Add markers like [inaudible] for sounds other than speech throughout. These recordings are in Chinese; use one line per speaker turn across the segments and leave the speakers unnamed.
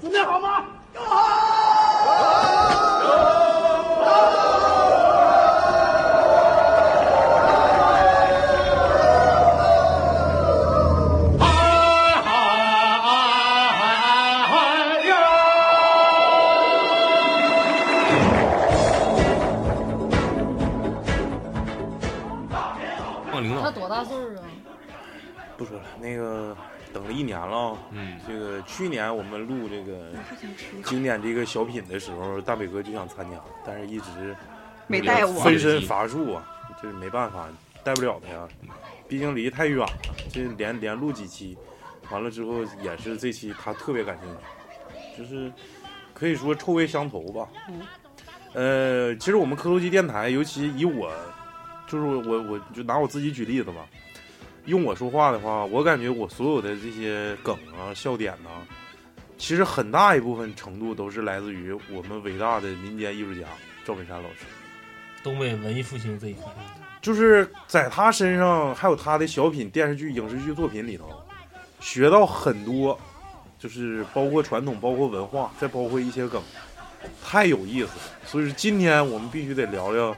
准备好吗？
哎哎哎呀！放领
他
导，
多大岁数啊？
不说了，那个等了一年了，啊
嗯，
这个去年我们录这个经典这个小品的时候，大北哥就想参加，但是一直
没带我，
分身乏术啊，这是没办法，带不了他呀，毕竟离太远了，这连连录几期，完了之后也是这期他特别感兴趣，就是可以说臭味相投吧。
嗯
呃，其实我们科罗基电台，尤其以我，就是我我就拿我自己举例子吧，用我说话的话，我感觉我所有的这些梗啊、笑点呐、其实很大一部分程度都是来自于我们伟大的民间艺术家赵本山老师。
东北文艺复兴这一块，
就是在他身上，还有他的小品、电视剧、影视剧作品里头，学到很多，就是包括传统、包括文化，再包括一些梗，太有意思了。所以说，今天我们必须得聊聊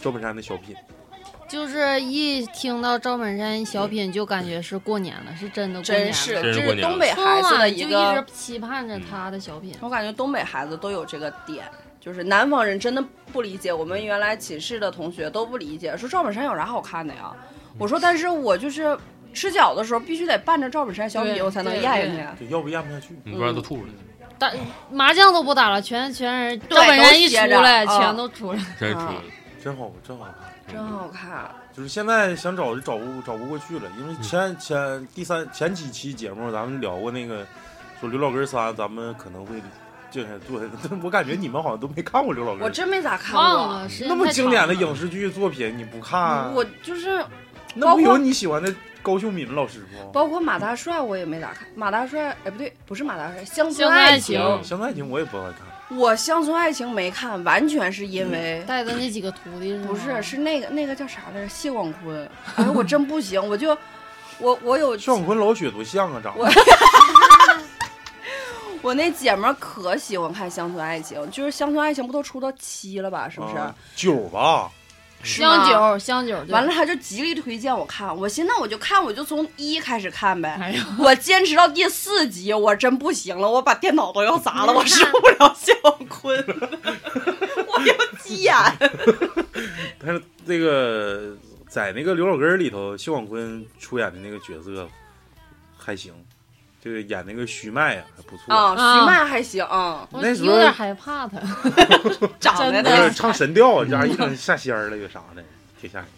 赵本山的小品。
就是一听到赵本山小品，就感觉是过年了，是真的过年了。
真是，
真
这
是过
是
年了
东北孩子的一
春晚就
个嗯
一直期盼着他的小品。
我感觉东北孩子都有这个点，就是南方人真的不理解。我们原来寝室的同学都不理解，说赵本山有啥好看的呀？我说，但是我就是吃饺子的时候必须得伴着赵本山小
对
品，我才能
对
咽下
对
去。
对，要不咽不下去。
嗯你不然都吐出来了，
嗯
打麻将都不打了，全全是赵
对
本山
都
一出
歇着
来，
嗯
全都出来。
真是出来了。
嗯真好，真好看。
真好看，
就是现在想找就找不找不过去了，因为前前第三前几期节目咱们聊过那个，说刘老根儿仨，咱们可能会这做，我感觉你们好像都没看过刘老根儿。
我真没咋看
忘
过，
了，时间
那么
太
经典的
长了
影视剧作品你不看，
我就是
那不
包括
有你喜欢的高秀敏老师不？
包括马大帅，我也没咋看。马大帅，哎，不对，不是马大帅，《乡
乡
村
村爱
爱
情
情》
嗯
乡村爱情我也不爱看，
我《乡村爱情》没看，完全是因为。
嗯带的那几个徒弟是吗
不是，是那个那个叫啥来着？谢广坤。哎，我真不行，我就我我有
谢广坤老雪多像啊，长得
我我那姐们儿可喜欢看《乡村爱情》，就是《乡村爱情》不都出到七了吧？是不是？
啊九吧？
是吗
香。酒，香酒。对
完了，，他就极力推荐我看，我寻思那我就看，我就从一开始看呗。
哎呀，
我坚持到第四集，我真不行了，我把电脑都要砸了，我受不了谢广坤，我要急眼。
[laughs] 但是那个在那个刘老根儿里头，谢广坤出演的那个角色还行，就是演那个徐迈啊，还不错。
啊，
啊
徐曼还行，啊，
我
那时候
有点害怕他。
长得
真
那
的
个唱神调，这玩意儿一整下仙儿了，有啥的，挺吓人。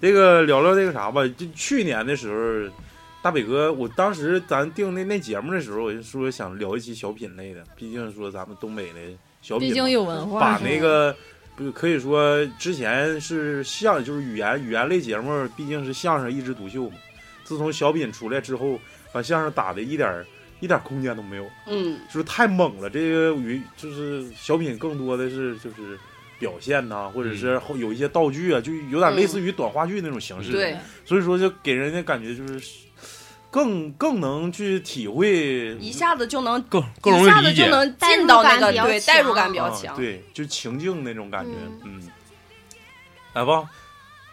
这个聊聊这个啥吧，就去年的时候，大北哥，我当时咱定那那节目的时候，我就说想聊一期小品类的，毕竟说咱们东北的小品嘛，
毕竟有文化，
把
是吧
那个不可以说之前是相就是语言语言类节目，毕竟是相声一枝独秀嘛。自从小品出来之后，把相声打的一点儿一点儿空间都没有。
嗯，
就是太猛了，这个与就是小品更多的是就是表现呐、或者是后有一些道具啊，就有点类似于短话剧那种形式。
嗯
嗯对，
所以说就给人家感觉就是更更能去体会
一下子就能
更更容
一下
易
子
理
就
解。
能进到那个
代入感比较
对
强
代入感比
比
较强。
啊对，就情境那种感觉，嗯。来吧，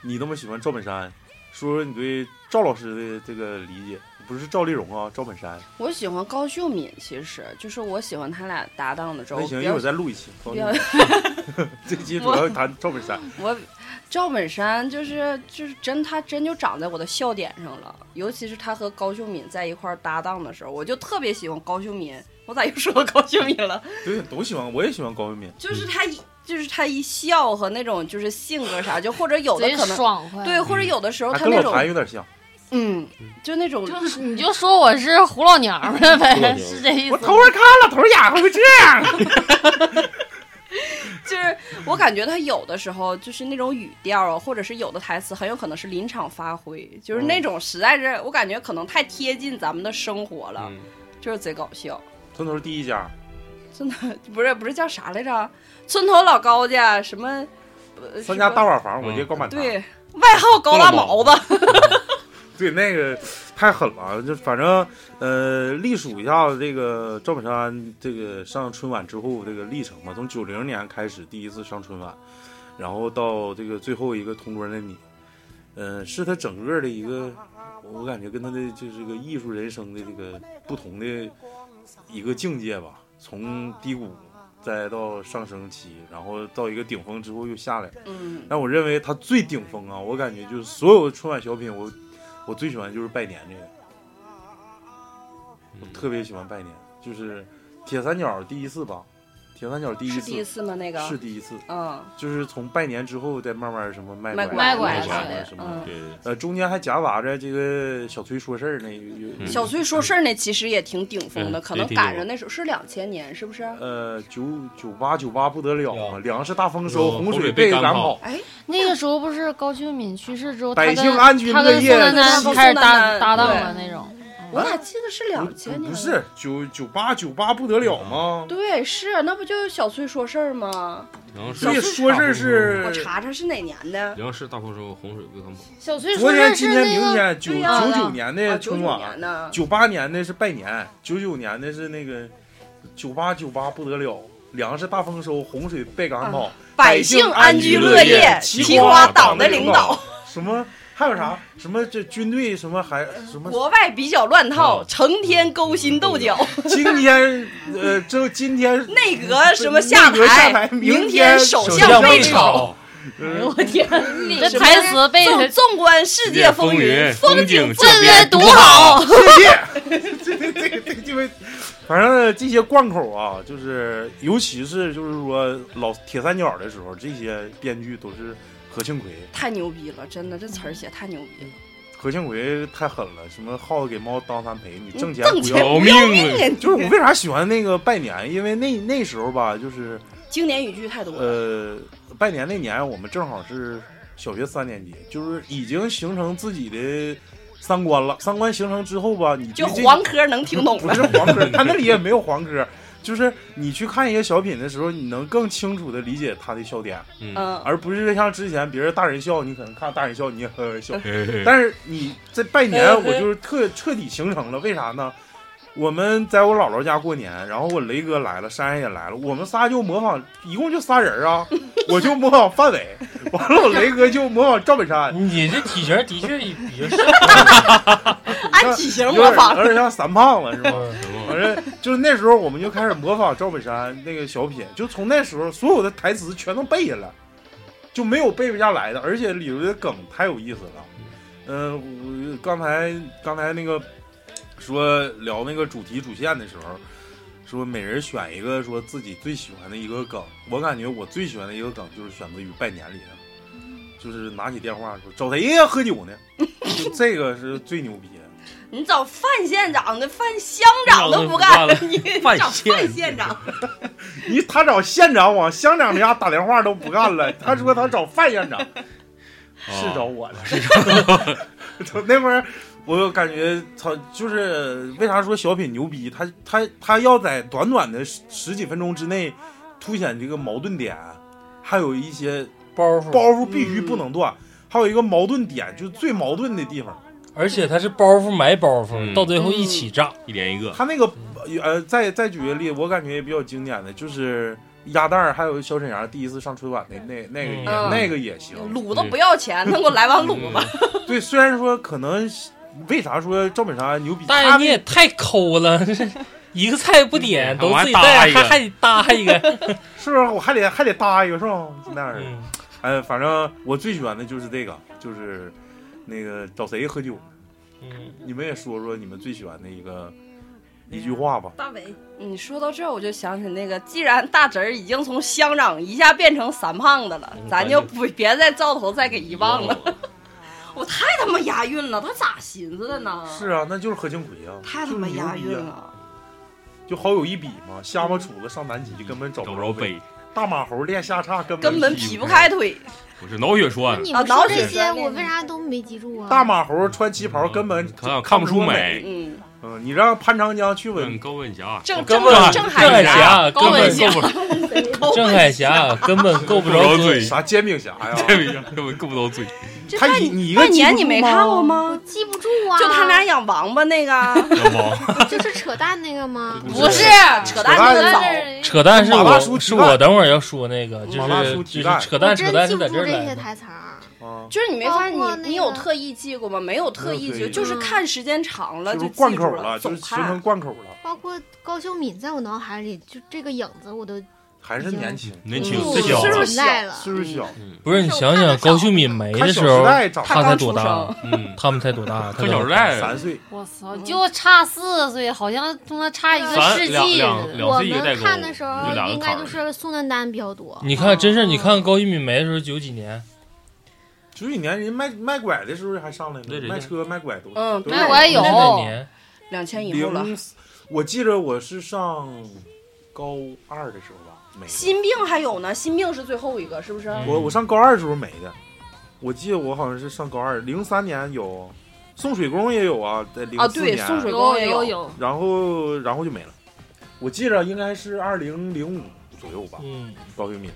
你那么喜欢赵本山，说说你对赵老师的这个理解，不是赵丽蓉啊，赵本山。
我喜欢高秀敏，其实就是我喜欢他俩搭档的时候，
那
我
行，
比
一会
较
儿再录一期。
比较
[laughs] 这期主要谈赵本山。
[laughs] 我赵本山就是就是真他真就长在我的笑点上了，尤其是他和高秀敏在一块儿搭档的时候，我就特别喜欢高秀敏。我咋又说到高 [laughs] 秀敏了？
对，都喜欢，我也喜欢高秀敏。
就是他一就是他一笑和那种就是性格啥，就或者有的
贼
可能
爽快。
对，或者有的时候
啊
他
跟
那
老
种
谭有点像，
[laughs] 嗯，就那种
就是你就说我是胡老娘们儿呗， [laughs] 是这意思吗。
儿看老头儿哑，会不会这样？
就是我感觉他有的时候就是那种语调啊，或者是有的台词很有可能是临场发挥，就是那种实在是我感觉可能太贴近咱们的生活了， [laughs]
嗯
就是贼搞笑。
村啊头第一家，
真的不是不是叫啥来着？村头老高家什么？呃
三家大
什么
瓦房，我
嗯
爹高满堂。
对，外号高拉毛子。
对，那个太狠了。就反正呃，历数一下子这个赵本山这个上春晚之后这个历程嘛，从九零年开始第一次上春晚，然后到这个最后一个《同桌的你》，嗯、是他整个的一个，我感觉跟他的就是个艺术人生的这个不同的一个境界吧，从低谷再到上升期，然后到一个顶峰之后又下来。
嗯，
但我认为他最顶峰啊，我感觉就是所有春晚小品，我我最喜欢就是拜年这个，我特别喜欢拜年，就是铁三角第一次吧，铁三角第一
是
次
第一次吗？那个
是第一次
嗯，
就是从拜年之后再慢慢什么卖
卖
拐
卖
拐
拐
啊
子
什么
嗯
的，呃，中间还夹杂着这个小崔说事儿那有有
小崔说事儿那其实也挺顶峰的，
嗯
可能
也挺
赶
顶
上
峰
那时候是两千年，是不是？
呃九九八九八不得了啊，
有
粮食大丰收，
有嗯
洪
洪
水
水被
赶
赶
跑
跑，
哎，
[laughs] 那个时候不是高秀敏去世
哦
之后，
百
他跟
姓安居
他
乐
跟
业
宋丹丹
对
开始
宋丹
搭
丹
搭档
对
了那种。
我咋记得是两千年？
不，是九九八九八不得了吗？
对，是啊那不就是小崔说事儿吗？
然后
所以说事儿是
我查查是哪年的？
粮食大丰收，洪水被赶跑。
小崔
昨
说
天、
这
今天、
是那
明
个
天，九
对呀
九九年的
啊，九
春
九
晚
年，呢？
九八年的是拜年，九九年的是那个九八九八不得了，粮食大丰收，洪水被赶跑，
啊百
姓
姓安
居
居
乐
乐业，
齐
齐
夸
夸
党
党
的
的
领
领
导
导。
什么还有啥什么这军队什么还什么。
国外比较乱套，
嗯
成天勾心斗角，
今
嗯
天，呃，这今天
内阁什么嗯 [laughs] 下
内阁下
台，
明
明
天
天
首
首
相
相被炒。，
呃
我天，
这台词背
纵
的
纵观世界风
嗯
哎
云，
风
风
景
景
这
这
边
边读好，
[laughs] 世界，这这这这这位，反正这些贯口啊，就是尤其是就是说老铁三角的时候，这些编剧都是何庆魁，
太牛逼了，真的这词儿写太牛逼了，
何庆魁太狠了，什么耗子给猫当三陪，你挣钱
挣
不
钱
要。
要
不
命
要
了
命啊！
就是我为啥喜欢那个拜年，因为那那时候吧，就是
经典语句太多了，
呃，拜年那年我们正好是小学三年级，就是已经形成自己的三观了。三观形成之后吧，你
就
对这
黄科能听懂
不
了
是。黄歌，他那里也没有黄歌，就是你去看一些小品的时候，你能更清楚的理解他的笑点，
嗯，
嗯，
而不是像之前别人大人笑，你可能看大人笑你也呵呵笑。
但
但是你在拜年，我就是特彻底形成了，为啥呢？我们在我姥姥家过年，然后我雷哥来了，珊珊也来了，我们仨就模仿，一共就仨人啊，我就模仿范伟，完了我雷哥就模仿赵本山，
你这体型的确比较像
按体型
有
模
点
仿
有。点像三胖子是吗？
什
反
么？
正就是那时候，我们就开始模仿赵本山那个小品，就从那时候所有的台词全都背下来，就没有背不下来的，而且里头的梗太有意思了。嗯、我刚才刚才那个说聊那个主题主线的时候，说每人选一个说自己最喜欢的一个梗，我感觉我最喜欢的一个梗就是选择于拜年里的，就是拿起电话说找谁呀喝酒呢， [laughs] 就这个是最牛逼的。
[laughs] 你找范县长的、范乡长都 [laughs] 不干，你
范
找
县
范县长，
你他找县长往乡长家打电话都不干了，他说他找范县长，
哦
是找我了，是找我。哦 [laughs] 那会儿我感觉操，就是为啥说小品牛逼？他他他要在短短的十十几分钟之内凸显这个矛盾点，还有一些
包袱
包袱必须不能断，还有一个矛盾点就是最矛盾的地方。
而且它是包袱埋包袱，
嗯
到最后一起炸。
一连一个，
他那个呃，再再举个例，我感觉也比较经典的就是鸭蛋儿，还有小沈阳第一次上春晚的那那个也、
嗯
那个也行。
卤都不要 [laughs] 钱，那给我来碗卤吧。
嗯对，虽然说可能为啥说赵本山牛逼，
但
他
是你也太抠了， [laughs] 一个菜不点，
嗯
都自己
我还搭
带，
一个
还还得搭一个。
是不是我还得还得搭一个是吧？就那样的。
嗯，
[laughs] 哎，反正我最喜欢的就是这个，就是那个找谁喝酒。
嗯
你们也说说你们最喜欢的一个
哎
一句话吧。
大伟，
嗯你说到这儿，我就想起那个，既然大侄儿已经从乡长一下变成三胖子了，咱就不别再照头再给遗忘了。 [laughs] 我太他妈押韵了，他咋寻思的呢？
是啊，那就是何庆魁啊，
太他妈押韵了。
就好友一比嘛。瞎猫杵子上南极，根本找
找不
不
着
着北。
北，
大马猴练下叉，根
根本
劈
劈不。开腿，
我是脑血栓，
嗯
嗯
你
啊
们
脑
说
血
这些
栓
我
那
为啥都没记住啊？
大马猴穿旗袍根本
他俩看不出
美。
美，
嗯，
嗯，你让潘长江去吻
问高问侠，哦
郑
根本
郑郑
郑
海
海霞
高文
根本够不郑海霞根本够
[laughs]
不着
够不着嘴
啥煎饼侠哎呀？
这个根本够不到嘴。
这
他
半
你
[laughs]
你一个
半年
记不住
你没
吗
看过
我
吗？
记不住啊，
就他俩养王八那个，
要不，
就是扯淡那个吗？
不是
啊
扯淡
扯淡
那个
是
早，
[laughs] 扯淡是
马大叔
我
提
是
干
我等会儿要说那个，就
马大叔
是就
提干
是扯
我
淡扯
真
淡
记
是
不
在这
住
儿
这
来的。
些台词儿。
啊，
[laughs] 就是你没发现
包括那
你
个
你有特意记过吗？没有特
没
意
有特
记，
意
就
记
是看时间长了
就
就是记
贯
住
口了，就
总
是形成
看。
贯口了，
包括高秀敏在我脑海里，就这个影子我都
还是年轻，
年
嗯
轻
就
这
是
小
岁
子嗯
数
存在了。
岁数小，
不是你想想，高秀敏没
看《
的
小
时
时
候，
代》长
他
他
才
刚
多
出
大
生？
嗯，
他们才多大？
看
才
《小
多
时
大
代》
三岁，
我操，就差四岁，好像他妈差一个
咱
世
两
纪
两
似的。
两
我
岁一个代
们
沟
看的时候
就俩
应
个
该
坎
都
儿
是宋丹丹比较多。
你看，真是你看高秀敏没的时候九几年，
九几年人卖卖拐的时候还上来
那
呢，
人家
卖车卖拐都
嗯
都
卖
有
拐有
零哪年？
两千以后了，
零四，我记着我是上高二的时候吧，没的。
心病还有呢，心病是最后一个，是不是？
嗯
我我上高二的时候没的，我记得我好像是上高二，零三年有，送水工也有啊，在零
啊，
四
对，
年，
送水工
有
也
有有，
然后然后就没了。我记着应该是二零零五左右吧，
嗯，
高秀敏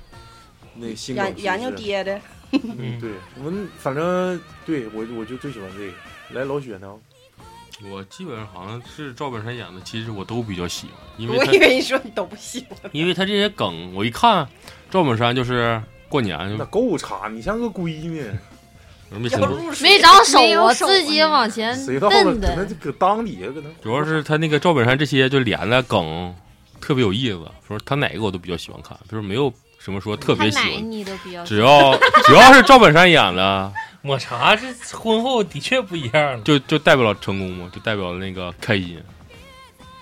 那新梗
研
是
研究爹的，
嗯，对，我们反正对我我就最喜欢这个。来老雪呢？
我基本上好像是赵本山演的，其实我都比较喜欢，因为
我
他
以为你说你都不喜欢。
[laughs] 因为他这些梗，我一看赵本山就是过年
那
就
够差，你像个龟呢，
没
要
听过，
入水
没长手
没，有
我
啊
手
自己往前
谁到了
蹬
搁
的
那。搁裆底下搁那。
主要是他那个赵本山这些就连的梗特别有意思，说他哪个我都比较喜欢看，就是没有什么说特
他
别喜
奶
欢，
你都比较，
只要 [laughs] 只要是赵本山演的，
抹茶这婚后的确不一样了。
就就代表了成功嘛，就代表了那个开心，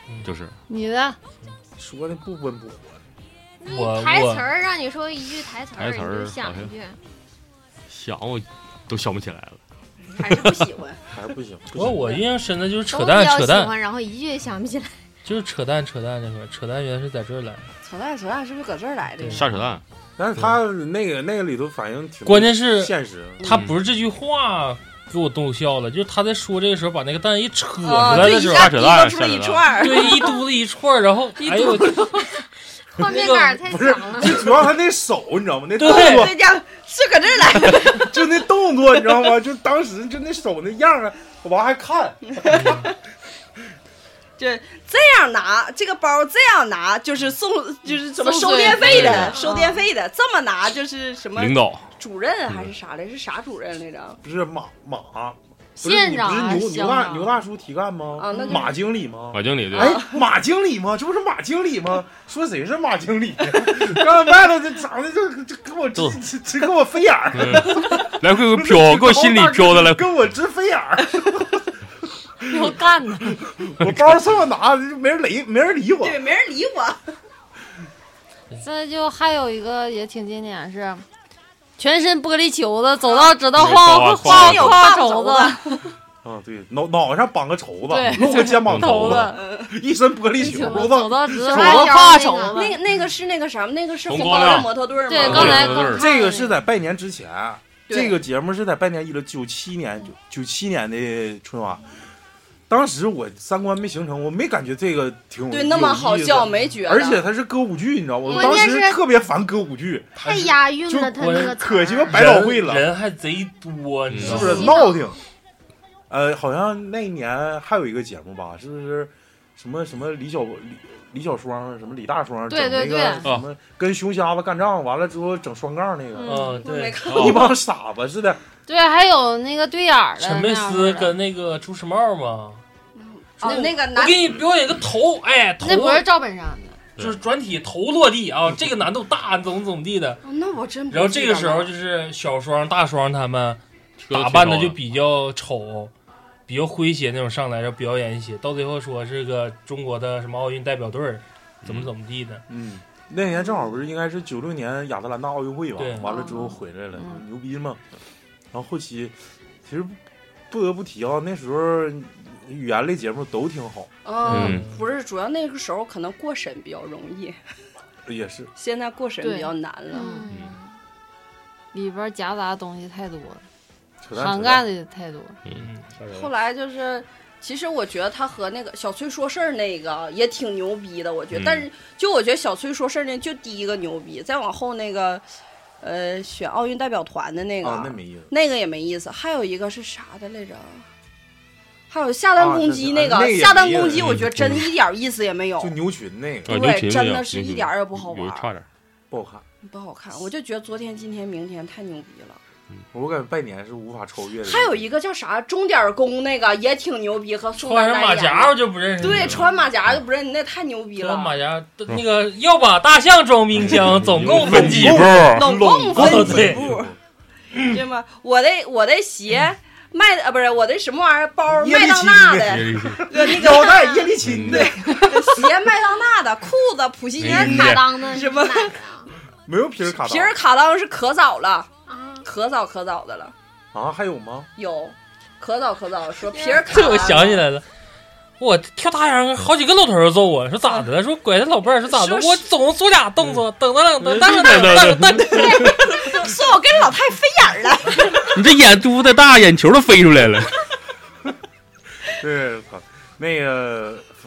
嗯
就是
你的
说的不温不火，
我
你台词儿让你说一句台词
台
儿，你
词儿
就想一句，
想我都想不起来了。
还是不喜欢。
还是不行。不
我
行
我印象深的就是扯
都比
淡，
较
扯
喜
淡
欢，然后一句也想不起来。
就是扯淡，扯淡这块儿，扯淡原来是在这儿来的。
[laughs] 扯淡扯淡是不是搁这儿来的
对？
下扯淡，
但是他那个那个里头反应挺，
关键是
现实。啊
他
嗯
不是这句话给我逗笑了，就是他在说这个时候把那个蛋一扯出
啊，
来
对，
的时
一
是
候，
下
吧
一个出来一串儿，
对，一嘟子一串儿，然
[laughs]
后哎呦，
[laughs]
画面感儿太
不是
强了，
最主要他那手，你知道吗？那动
对
作
对家伙是搁这儿来的。
就那动作，你知道吗？就当时就那手那样啊，我完还看，
这这样拿这个包，这样拿就是送，就是什么
嗯送
收
税
电费的，
嗯
收电费的，这么拿就是什么
领导
主任还是啥来？是啥主任来着？
不是马马，不是
县
你
长
不是
啊
牛
乡
牛大
长
牛大叔提干吗？
哦
啊那就是
马经理吗？
马经理对
哎，马经理吗？这不是马经理吗？说谁是马经理？啊 [laughs] 刚才外头这长得就就跟我直
都
直直跟我飞眼儿， [laughs]
嗯来回给我飘，给我心里飘的来。
跟我直飞眼儿。
要干的，
[laughs] 我包这么拿，就没人理，没人理我。
对，没人理我。
这就还有一个也挺经典是。全身玻璃球子，走到知道晃
晃
晃
啊
晃
晃
轴
啊
子，
啊，对，脑脑上绑个绸
对
子，露个肩膀
头
头
子
子，一身玻璃球
走
子。
到知道
手腕
晃
腰
轴子
那个
那。那个是那个啥，那个是
红
红
高
高
粱
粱模特队吗？
啊对，
我
刚才
我
刚
我
看
这
了
个是在拜年之前，
对
这个节目是在拜年一了九七年九九七年的春晚。当时我三观没形成，我没感觉这个挺有
对，那么好笑，。没觉
有意思
得？
而且它是歌舞剧，你知道吗？我
关
当
键
时
是
特别烦歌舞剧，
太押韵
就
了，他那个词
可
儿啊
鸡巴百老汇了，
人人还贼多，你知
是
道
不是
吗？
闹挺？呃，好像那一年还有一个节目吧，是不是什么什么李小李李小双，什么李大双，
对对
整那个
对
什么跟熊瞎子干仗，完了之后整双杠那个，
嗯，
我没
对，
看。
[laughs] 一帮傻子似的，
对，还有那个对眼儿的
陈佩
那样
斯
的
跟那个朱时茂嘛，
哦
那哦那个
我
男
给你表演个头，哎，头
那不是赵本山的，
就是转体头落地啊，这个难度大，怎么怎么地的。
哦那我真不
然后这个
记
时
得了
候就是小双、大双他们打扮的就比较丑，比较诙谐那种上来，然后表演一些，到最后说是个中国的什么奥运代表队儿，怎么怎么地的。
嗯。那年正好不是应该是九六年亚特兰大奥运会吧
对？
完了之后回来了，牛逼嘛！然后后期其实不得不提啊，那时候语言类节目都挺好，
嗯
嗯，
不是，主要那个时候可能过审比较容易，
也是
现在过审
对
比较难了。
嗯
里边夹杂东西太多了，
扯淡。
涵盖的也太多了。
嗯
后来就是其实我觉得他和那个小崔说事儿那个也挺牛逼的，我觉得。
嗯
但是就我觉得小崔说事儿那就第一个牛逼，再往后那个，呃，选奥运代表团的那个，
啊，那没意思。
那个也没意思。还有一个是啥的来着？还有下蛋
啊
公
这
鸡
是
那个，
啊那个也
下蛋
没意
公
思
鸡，我觉得真的
嗯
一点儿意思也没有
就，牛群那个
啊，
对
牛群
真
没有
的是
牛
一
群
点儿也不好
有
玩儿
差点儿。
不好看，
不好看。我就觉得昨天、今天、明天太牛逼了。
嗯
我感觉拜年是无法超越的。
还有一个叫啥钟点儿工那个也挺牛逼，和宋丹
穿上
丹
马
演
甲
的
我就不认识你了。
对，穿马甲就不认，那太牛逼
嗯穿
了。
马甲，那个要把大象装冰箱，总共分几步？
步？
拢共分几
对
步？
嗯
对吗？我的我的鞋卖的啊，不是我的什么玩意儿包，
耶利
麦当
奇
娜的
耶利奇
那
腰
个
带叶利钦的，
鞋，麦当
[laughs]
娜的裤子，普希金
哎
卡当的
什么
是哪个啊
没有皮尔卡
皮尔卡当是可早了，
啊？
可早可早的了，
啊，还有吗？
有可早可早说皮尔卡当。
这我想起来了，我跳大秧歌，好几个老头儿揍我，说咋的了？说拐他老伴儿是咋的？
说是
啊我总做俩动
嗯
作，等
呃
等等等等等等等等，
说啊我跟老太飞眼儿了，
你这眼珠子大，眼球都飞出来了。 [laughs]
对，操，那个 [laughs]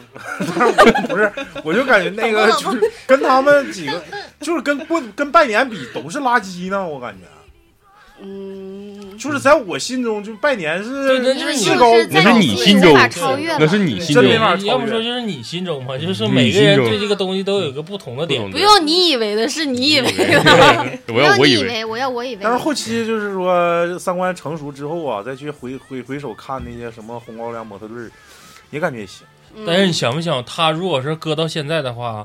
不是，我就感觉那个就是跟他们几个，就是跟过跟拜年比都是垃圾呢，我感觉。啊
嗯，
就是在我心中，就拜年
对对就
是
因
是
为
你
至
就
高
是
无
在
那是
上
你
自己
心
无
中
法超越
那
了。
是你心
真
中
没法
要不
超
说
越
就是你心中嘛，就是
你
每个
心
人
中
对这个东西都有一个不同的点。
懂
不
得
用你以为的是你以为的， [laughs]
对我要我
你
以
以
为
为，我要我以为。
但是后期就是说三观成熟之后啊，再去回回回首看那些什么红高粱模特队儿，也感觉也行。
嗯
但是你想不想，他如果是搁到现在的话，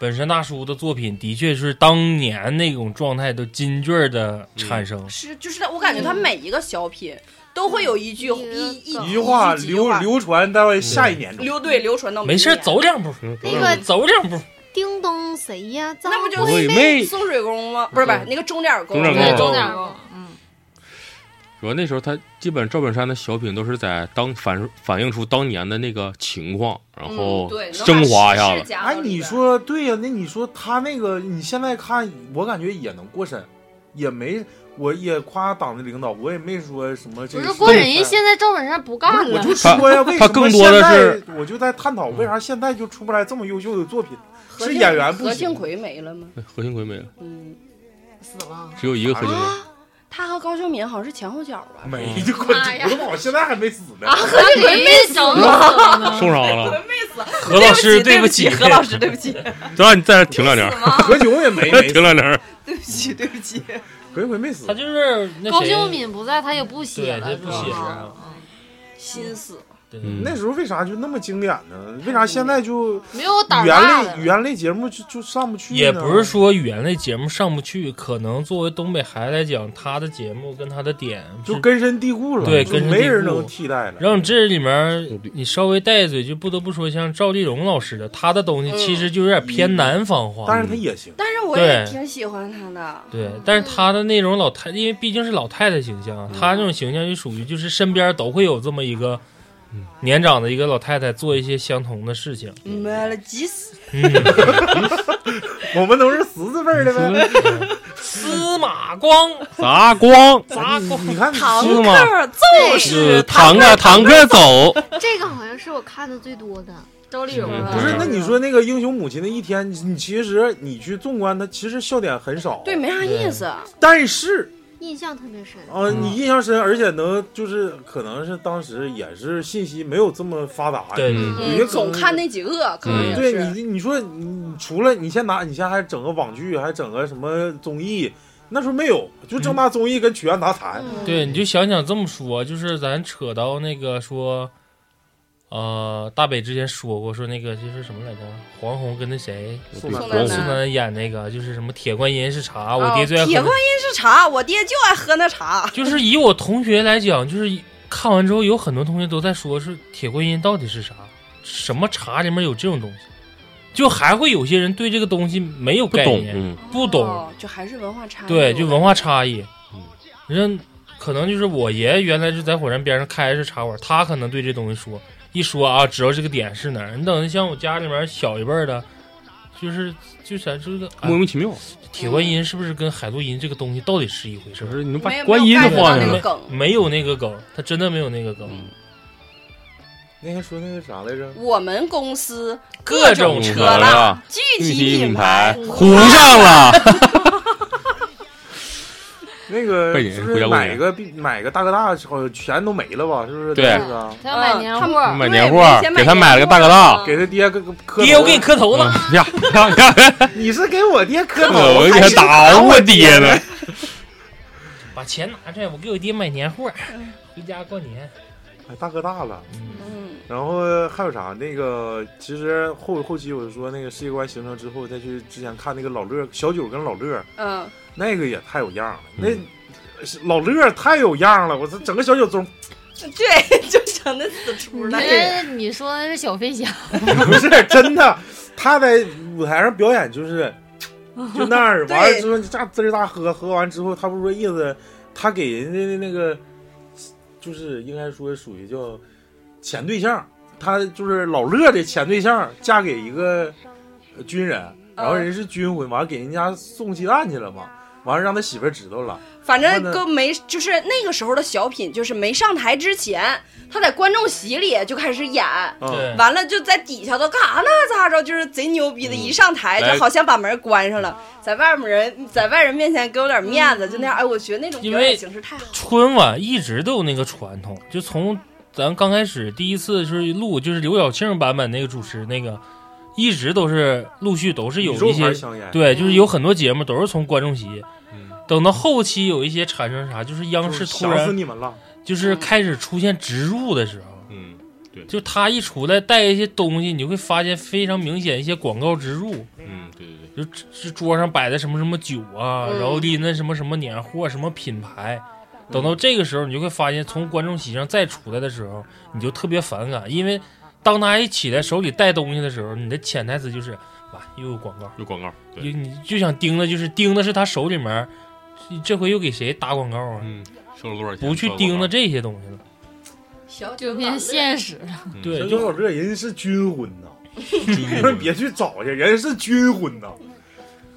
本山大叔的作品的确是当年那种状态都金句儿的产生。
是就是他我感觉他每一个小品都会有一句
嗯
一一
一
一
句话
一嗯
流流传到下一年中，
流对流传到
没事儿，
明年
走两步，
那个
走两步，
叮咚谁呀？
那不就
我
是
以为
送水工吗？不是不是，那个钟点儿工，
钟点
对
儿
钟
工
点儿工，嗯，
主要那时候他基本赵本山的小品都是在当反反映出当年的那个情况，然后
嗯对，能把
升华一下
世
子。
界加
哎，
到里
你
边，
说对呀、那你说他那个，你现在看，我感觉也能过审，也没，我也夸党的领导，我也没说什么这
不
个。
是过人家现在赵本山不
不
干
是我
了，
就说呀，为什
他
么
更多的是
现在我就在探讨为啥现在就出不来这么优秀的作品，
何
是
庆
演员不
嗯何庆
行。
魁没了吗？
哎何庆魁没了，
嗯，
死了。
只有一个何庆
啊
魁。
他和高秀敏好像是前后脚吧？
没就滚
妈呀啊
犊子跑，现在还没死
啊
呢。
何庆魁没 [laughs] 整死
[laughs]
呢，
受伤了，
何老师，
对
不起，
何老师，对
[laughs]
不起，
咱俩你在这儿停两天儿，
何炅也没没
[laughs] 停
死，
两天儿。
对不起，对
[laughs]
不起。
何炅没死
他。就是那谁
高秀敏不在，他也不写
对，
了，
他不写
是吧
了。
心死，
对
嗯
那时候为啥就那么经典呢？为啥现在就
没有胆
语
儿
言
大的
类语。言类节目就就上不去呢？
也不是说语言类节目上不去，可能作为东北孩子来讲，他的节目跟他的点是
就根深蒂固了，
对
就
根深
没
蒂
人
固
能替代了。
然后这里面
嗯对
你稍微带一嘴，就不得不说像赵丽蓉老师的，她的东西其实就有点偏南方化。
嗯但是他也行，
嗯但是我也
对
挺喜欢他的。
对，但是她的那种老太，因为毕竟是老太太形象，啊她
嗯
那种形象就属于就是身边都会有这么一个
嗯
年长的一个老太太做一些相同的事情。
嗯没了，急死！ [laughs]
我们都是十字辈儿的呗。
司马光，
砸光，
砸光
你看，
堂
是吗
客就是
堂
客
啊堂客
[laughs]
走，
这个好像是我看的最多的，
周丽
嗯
嗯
蓉啊
不是？那你说那个英雄母亲的一天，你你其实你去纵观它，其实笑点很少。
对，没啥意思。
但是
印象特别深。
啊、你印象深，而且能就是可能是当时也是信息没有这么发达。
对，
嗯
有些可
嗯，总
能
看。那几个，可能
嗯
也
对
是。
你，你说你除了你先拿，你先还整个网剧，还整个什么综艺，那时候没有，就正大综艺跟曲苑杂谈。
嗯
对，你就想想这么说，就是咱扯到那个说，呃，大北之前说过，说那个就是什么来着，黄宏跟那谁
对
宋
王
丹
苏
丹
丹演那个，就是什么铁观音是茶，
哦
啊我爹最爱喝
铁
的，
观音是茶，我爹就爱喝那茶。
就是以我同学来讲，就是看完之后有很多同学都在说，是铁观音到底是啥，什么茶里面有这种东西，就还会有些人对这个东西没有
不
概
懂，
念，
嗯，
不懂
哦，就还是文化差异。
对，就文化差异
嗯。
你像可能就是我爷爷原来是在火车站边上开的是茶馆，他可能对这东西说一说啊，知道这个点是哪儿。你等像我家里面小一辈儿的，就是就咱这个、哎
莫名其妙，
铁
[laughs]
观音是不是跟海洛因这个东西到底是一回事
就
儿？
是你能把
没有
观音
没
都
有 get
放嗯
到
进
那
来
个，梗
没有那个梗，他真的没有那个梗。
嗯
那天说那个啥来着？
我们公司
各种
种
车
车
辆
辆、具
具
体
体品
牌嗯
牌糊上了，
那个
背景
是
是
不
回
是
家过
买
年
个必买个大哥大，好像全都没了吧？是不是？
对
是不是啊？
他要买
嗯
年
他
货，
们
买
对
年货
没钱
给他
年
买了个
货
大哥大
给他爹个个磕
爹，
头
我给你磕头呢。
嗯呀呀呀！
[laughs] 你是给我爹磕头，
嗯我
还
给
是
打我爹呢，
把钱拿出来，我给我爹买年货，回家过年。
哎大哥大了。
嗯，
然后还有啥？那个其实后后期我就说那个世界观形成之后，再去之前看那个老乐小九跟老乐
嗯，
那个也太有样了，那、老乐太有样了，我这整个小九中
对，就整那死出
你
来。
这你说的是小飞
[laughs]
侠，
[laughs] 不是真的，他在舞台上表演就是
[laughs]
就那儿，
对
完了之后你这滋儿大喝，喝完之后他不是说意思，他给人家的那个就是应该说属于叫前对象，他就是老乐的前对象嫁给一个呃军人，然后人是军婚，完了给人家送鸡蛋去了嘛，完了让他媳妇儿知道了，
[laughs] 反
我
正
呢
哥没，就是那个时候的小品，就是没上台之前，他在观众席里就开始演，
对
嗯，
完了就在底下都干啥呢？咋着？就是贼牛逼的，一上台
来
就好像把门关上了，在外面人在外人面前给我点面
嗯
子，就那样。哎，我觉得那种
因
表
为
演形式太好了。
春晚一直都有那个传统，就从咱刚开始第一次就是录，就是刘晓庆版本那个主持那个，一直都是陆续都是有
宇宙
一些
牌香烟，
对，就是有很多节目都是从观众席
嗯。
等到后期有一些产生啥，就是央
就是
视突
想死
然
你们了，嗯
就是开始出现植入的时候，
嗯，
就他一出来带一些东西，你就会发现非常明显一些广告植入，
嗯，对对对，
就这桌上摆的什么什么酒啊，
嗯
然后拎的什么什么年货、什么品牌。
嗯
等到这个时候，你就会发现，从观众席上再出来的时候，你就特别反感，因为当他一起来手里带东西的时候，你的潜台词就是哇，又有广告，
有广告，
就
对，
你就想盯的，就是盯的是他手里面儿，啊这回又给谁打广告啊？
嗯，收了多少钱？
不去盯着这些东西了，
小
就变现实了。
嗯
对，
小
就
九乐人是军婚呐。
这
你们 [laughs] 别去找去，人是军婚呐。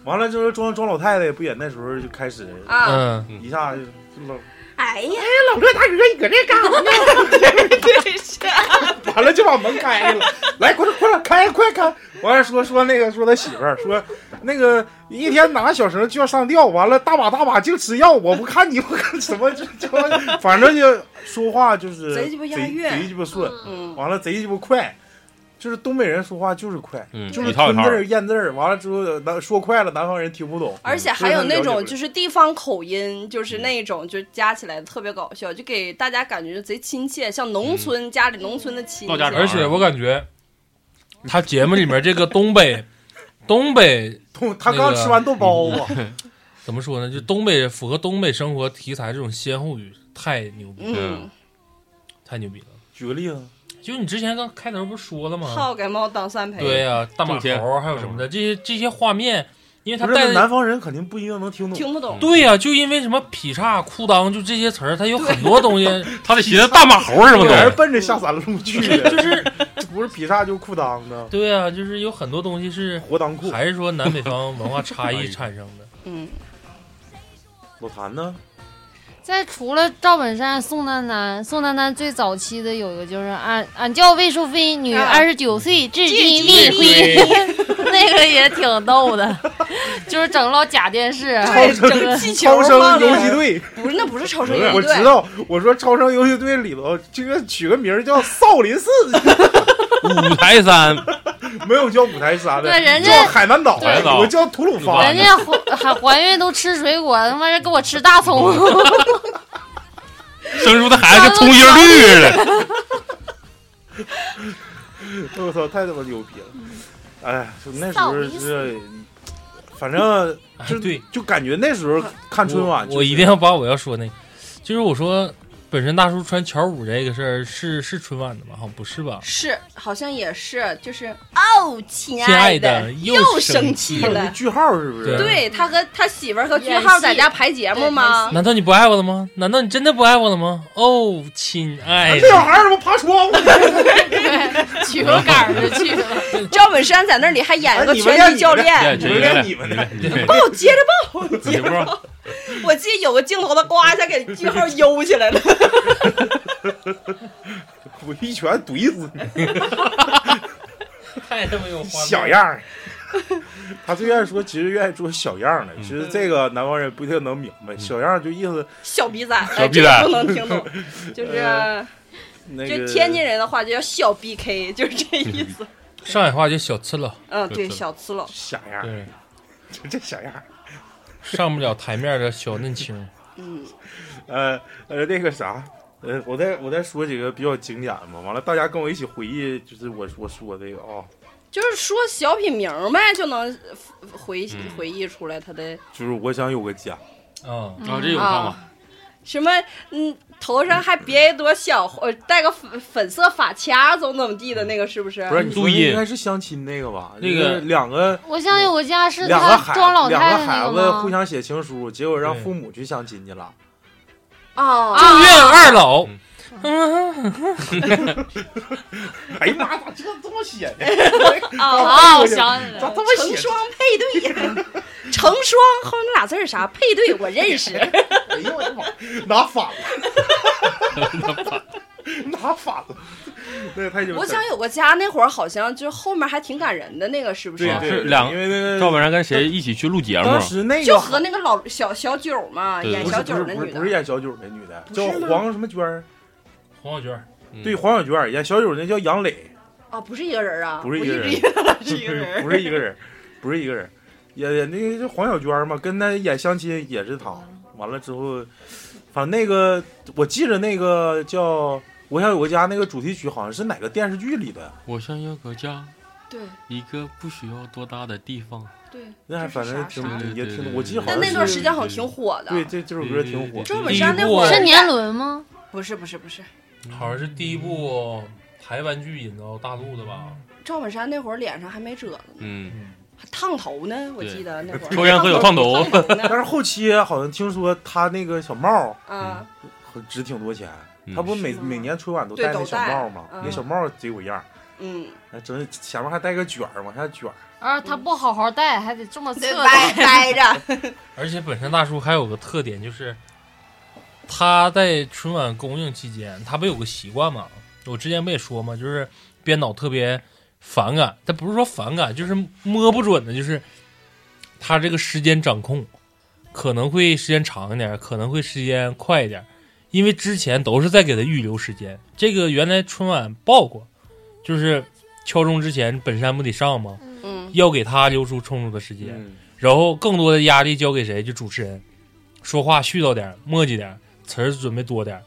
完了之后，装装老太太不也那时候就开始
啊！
嗯，
一下就老，
哎呀，
老哥大哥你搁这干啥呢？
对是。 [laughs]
完了就把门开开了，来快点快点开快开！完了说说那个说他媳妇儿说那个一天拿小绳就要上吊，完了大把大把净吃药，我不看你我看什么就就反正就说话就是
贼鸡巴押韵
贼鸡巴顺，
嗯，
完了贼鸡巴快。就是东北人说话就是快，
嗯
就是
一套一
吞
套
字儿咽字儿，完了之后南说快了，南方人听不
嗯
懂。
而且还有那种就是是地方口音，就是
嗯
那种就加起来特别搞笑，就给大家感觉就贼亲切，像
嗯
农村、家里农村的亲
到家
戚。啊
而且我感觉他节目里面这个东北， [laughs] 东北
东，他
那
刚
个
吃完豆包子，
[laughs] 怎么说呢？就东北符合东北生活题材这种歇后语太牛逼，
嗯，
太牛逼了！
举个例子，
就你之前刚开头不是说了吗？
好给猫当三陪。
对呀、大马
种田
猴还有什么的，这些这些画面，因为他
不是那
带
南方人肯定不一定能听懂。
听不懂。
对呀、就因为什么劈叉、裤裆，就这些词儿，它有很多东西，
[laughs] 他得寻思大马猴什么
有人
东
奔着下三路去
[laughs]
的， [laughs]
就是
不是劈叉就裤裆的，
对呀、就是有很多东西是
活裆裤。
还是说南北方文化差异产生的。
嗯，
老
[laughs]
谭呢？
再除了赵本山、宋丹丹，宋丹丹最早期的有一个就是俺俺叫魏淑菲，女，
啊
二十九岁，至今
至
未婚， [laughs] 那个也挺
[laughs]
逗的，就是整老假电视，
对，整个 [laughs] 气球
超生
放
游击
那儿，
队，
[laughs] 不是那不是超生游
我
击
知
队，
道。我说超生游击队里头，这个取个名儿叫少林寺，
西，五台山，
[laughs] 没有叫五台山的，
对人
叫
家
海南岛
海南
的，
岛
我叫吐鲁番
人
的。
家怀还怀孕都吃水果，他妈是给我吃大
[laughs]
葱，
哦
[laughs]
生出的孩子跟葱叶绿似的。
[laughs] 我操，太他妈牛逼了！哎，就那时
少
候
林
是，反正
哎
就
对，
就感觉那时候 [laughs] 看春晚，
我，我一定要把我要说那个，就是我说本身大叔穿乔五这个事儿是是春晚的吗？好像不是吧？
是好像也是，就是
嗯
哦，亲
亲爱
的
的，又
又
生
生
气
气
有个
了。
句号是不
对
是？
啊啊
对他和他媳妇儿和句
演
号
戏
在家排节目
对
吗？
难道你不爱我了吗？难道你真的不爱我了吗？哦，亲爱
啊这小
的，
孩儿怎么爬窗
[laughs]
户？
取个杆儿就去了。
赵本山在那里还演了个
哎你们
拳击教
练
练，
你们练你们
[laughs]
的
抱我接着抱，我
你
接
不
着
知
抱。
道 [laughs]
我记得有个镜头，他呱一下给句号悠起来了。
我一拳怼死你，
[laughs]
[laughs]
太他妈有画面
小样儿。他最愿意说，其实愿意说小样儿的。
嗯
其实这个南方人不一定能明白，小样儿就意思
小逼崽子，
小逼崽
这个不能
[laughs]
听懂，就是、
呃那
就
个
天津人的话就叫小 BK，就是这意思。
嗯
上海话就小刺了，
嗯，对，
对
小刺佬，
小样儿，
对，
就这小样儿。
上不了台面的小嫩青，
嗯，
呃呃，那个啥，呃，我再我再说几个比较经典的嘛。完了，大家跟我一起回忆，就是我我说这个啊、
[laughs] 就是说小品名儿呗，就能回
嗯
回忆出来他的
就是我想有个家，
啊，
啊，这有看过，
什么，嗯，头上还别一朵小花，呃戴个粉粉色发卡，怎么怎么地的那个，是不是？
不是你说
录
那
音
应该是相亲那个吧？
那个
就是两个
我相信我家是
两个
他
孩
装老
两
太
个
太那
孩
个
子
吗
互？相写情书，结果让
对
父母去相亲去了。
哦
啊
住院二老，
[laughs]
嗯
哎呀妈，咋这这么写 [laughs]
哦
呢？
啊，我想起来了，
这么
成
写？
双配对，成双后面俩字儿啥？配对我
[laughs]
认识，
哎呦我的妈， [laughs] 拿反了，拿反了， [laughs] 那个太久。
我想有个家那会儿好像就后面还挺感人的那个是不是
对？对，
是
对
两
因为那个
赵本山跟谁一起去录节目啊
当？时那个
就和那个老小小九嘛，
对
啊演
不
小
是
九
不是
那
不
女
是不是
的，
演小九那女的，
不
叫
是吗
黄什么娟儿，
黄小娟，
嗯
对，黄小娟儿演小九那叫杨磊，
啊，不是一个人啊，
不是一个人
我一直
[laughs]
以为
不
是
不是一
一个人， [laughs]
个人，不是一个人，也也那个是黄小娟儿嘛，跟她演相亲也是她。
嗯
完了之后，反正那个我记着那个叫《我想有个家》那个主题曲，好像是哪个电视剧里的，
我想有个家，
对
一个不需要多大的地方。
对，
那还
这
反
是
正
啥
挺
啥
的对
也
对
挺，
对
我记得好
但
像
那段
是
时间好像挺火的，
对这这首歌挺火，
赵
对
本山那会
对
儿
对
是年轮吗？
不是不是不是，
好像是第一部台湾剧引到大陆的吧？
赵本山那会儿脸上还没褶子呢，
嗯，
还烫头呢， [laughs] 我
对
记得那会儿
抽烟喝酒烫头
烫头
[laughs] 但
呢
是后期好像听说他那个小帽儿
啊，
很值挺多钱，
嗯
他不每
是吗
每年春晚都
对
戴那
都
小
戴
帽儿吗？
嗯
那小帽儿贼有样儿，
嗯，
那整前面还带个卷儿，往下卷儿。
而
啊
他不好好戴，还得这么
对
侧
掰
戴。
掰
[laughs] 啊
着，
而且本山大叔还有个特点，就是他在春晚公映期间，他不有个习惯嘛？我之前不也说嘛，就是编导特别反感，他不是说反感，就是摸不准的，就是他这个时间掌控可能会时间长一点，可能会时间快一点，因为之前都是在给他预留时间。这个原来春晚报过，就是敲钟之前本山不得上吗？
嗯，
要给他留出充足的时间。
嗯，
然后更多的压力交给谁？就主持人，说话絮叨点儿，磨叽点儿，词儿准备多点儿。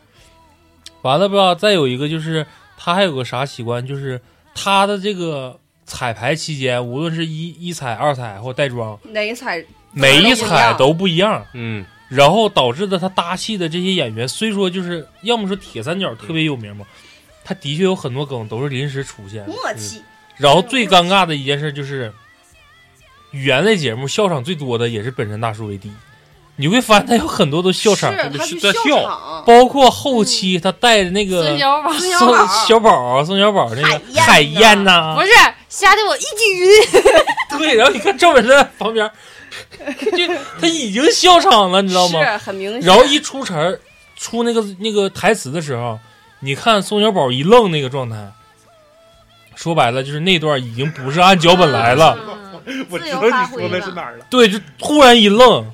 完了吧，再有一个就是他还有个啥习惯，就是他的这个彩排期间，无论是一一彩、二彩或带妆，
哪一彩
每一彩都不一样，
嗯，
然后导致的他搭戏的这些演员，虽说就是要么说铁三角特别有名嘛，他的确有很多梗都是临时出现的，
默契，
然后最尴尬的一件事就是，语言类节目笑场最多的也是本山大叔为第一。你会发现他有很多都笑场，
是他去
在
笑场，
包括后期他带着那个
孙小宝
孙小
宋
宝
小宝、宋小宝那个
海
海
燕呐
燕呐
不，是吓得我一激晕。
对，然后你看赵本山旁边，就他已经笑场了，你知道吗？
是很明显，
然后 [laughs] 一出词儿，出那个那个台词的时候，你看宋小宝一愣那个状态，说白了就是那段已经不是按脚本来了。
嗯，
我
自
知
由
道
发
你
挥
说
吧
的是哪儿了。
对，就突然一愣，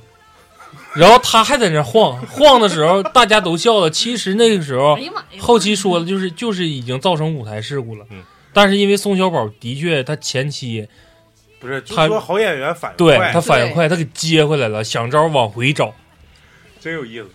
然后他还在那晃晃的时候，大家都笑了。其实那个时候
哎，呀妈呀！
后期说的就是就是已经造成舞台事故了。
嗯
但是因为宋小宝的确他前期
不是，就
他
说好演员反应
对
快
他反应快，他给接回来了，想招往回找。
真有意思。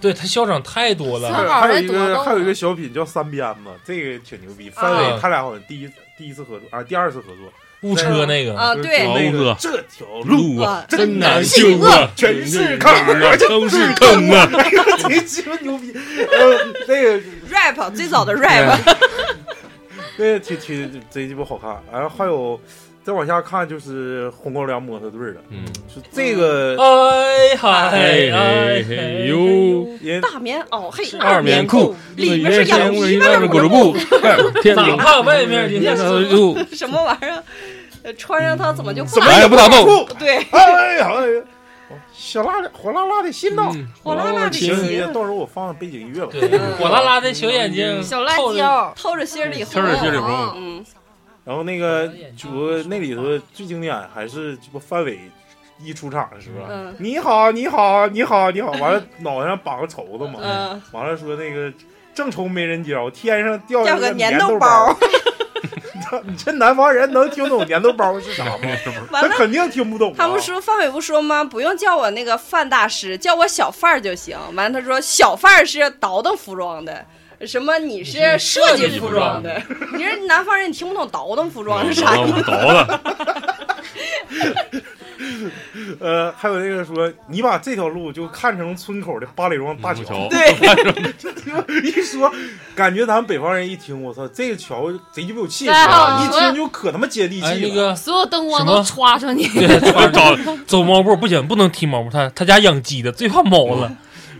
对他笑场太多
是
了，
吧
还有一
多逗
个
啊
还有一个小品叫《三鞭子》，这个挺牛逼。范
啊
伟他俩好像第一次第一次合作啊，第二次合作。
误车那个
啊，
就是
对，
那
王哥
个这条路
啊
真
难
行啊，
全是坑啊，
都是坑
[laughs]
啊。
哎呦，这鸡巴牛逼！呃，那个
rap 最早的 rap，
那个挺挺贼鸡巴好看。然后还有再往下看就是《红高粱模特队》了，
嗯，
就这个
哎嗨
哎
哎
嘿
嘿
呦
呦，
也
大棉袄嘿，
是
二棉裤，
里面是羊皮，外
外面
[laughs] 面
裹着
着
布，天
哪怕外面今天
[laughs] 哎
的路，
什么玩意儿？呃穿上它怎么就不
来也不打
裤
洞，
对，
哎呀哎呀，小辣的火辣辣的心呐，
嗯
火辣辣的心
行行行到时候我放背景音乐吧
对。火辣辣的小眼睛
小辣
透着
椒，
透着心儿里
刺儿心里红，
嗯，
然后那个主播那里头最经典还是这不范伟一出场是不是
嗯？
你好，你好，你好，你好，完了脑袋上绑个绸子嘛
嗯，
完了说那个正愁没人教，天上掉下
掉
来
个
个
粘
豆
豆包
儿。你这南方人能听懂粘豆包是啥吗？他
完了。
肯定听不懂啊。
他们说范伟不说吗？不用叫我那个范大师，叫我小范儿就行。完，他说小范儿是倒腾服装的，什么你是设计服装的。 [laughs] 你是南方人，你听不懂倒腾服装是啥意思？
倒了，
[laughs] 呃，还有那个说，你把这条路就看成村口的八里庄大
木
桥
桥。
对，
[laughs] 一说，感觉咱们北方人一听，我操，这个桥贼鸡巴有气势
对啊
啊！一
我
听就可他妈接地
哎
气
那
了。
个
[laughs] 所有灯光都
什
刷上你。
对，走走猫步不行，不能踢猫步。他他家养鸡的，最怕猫了。
[laughs]
嗯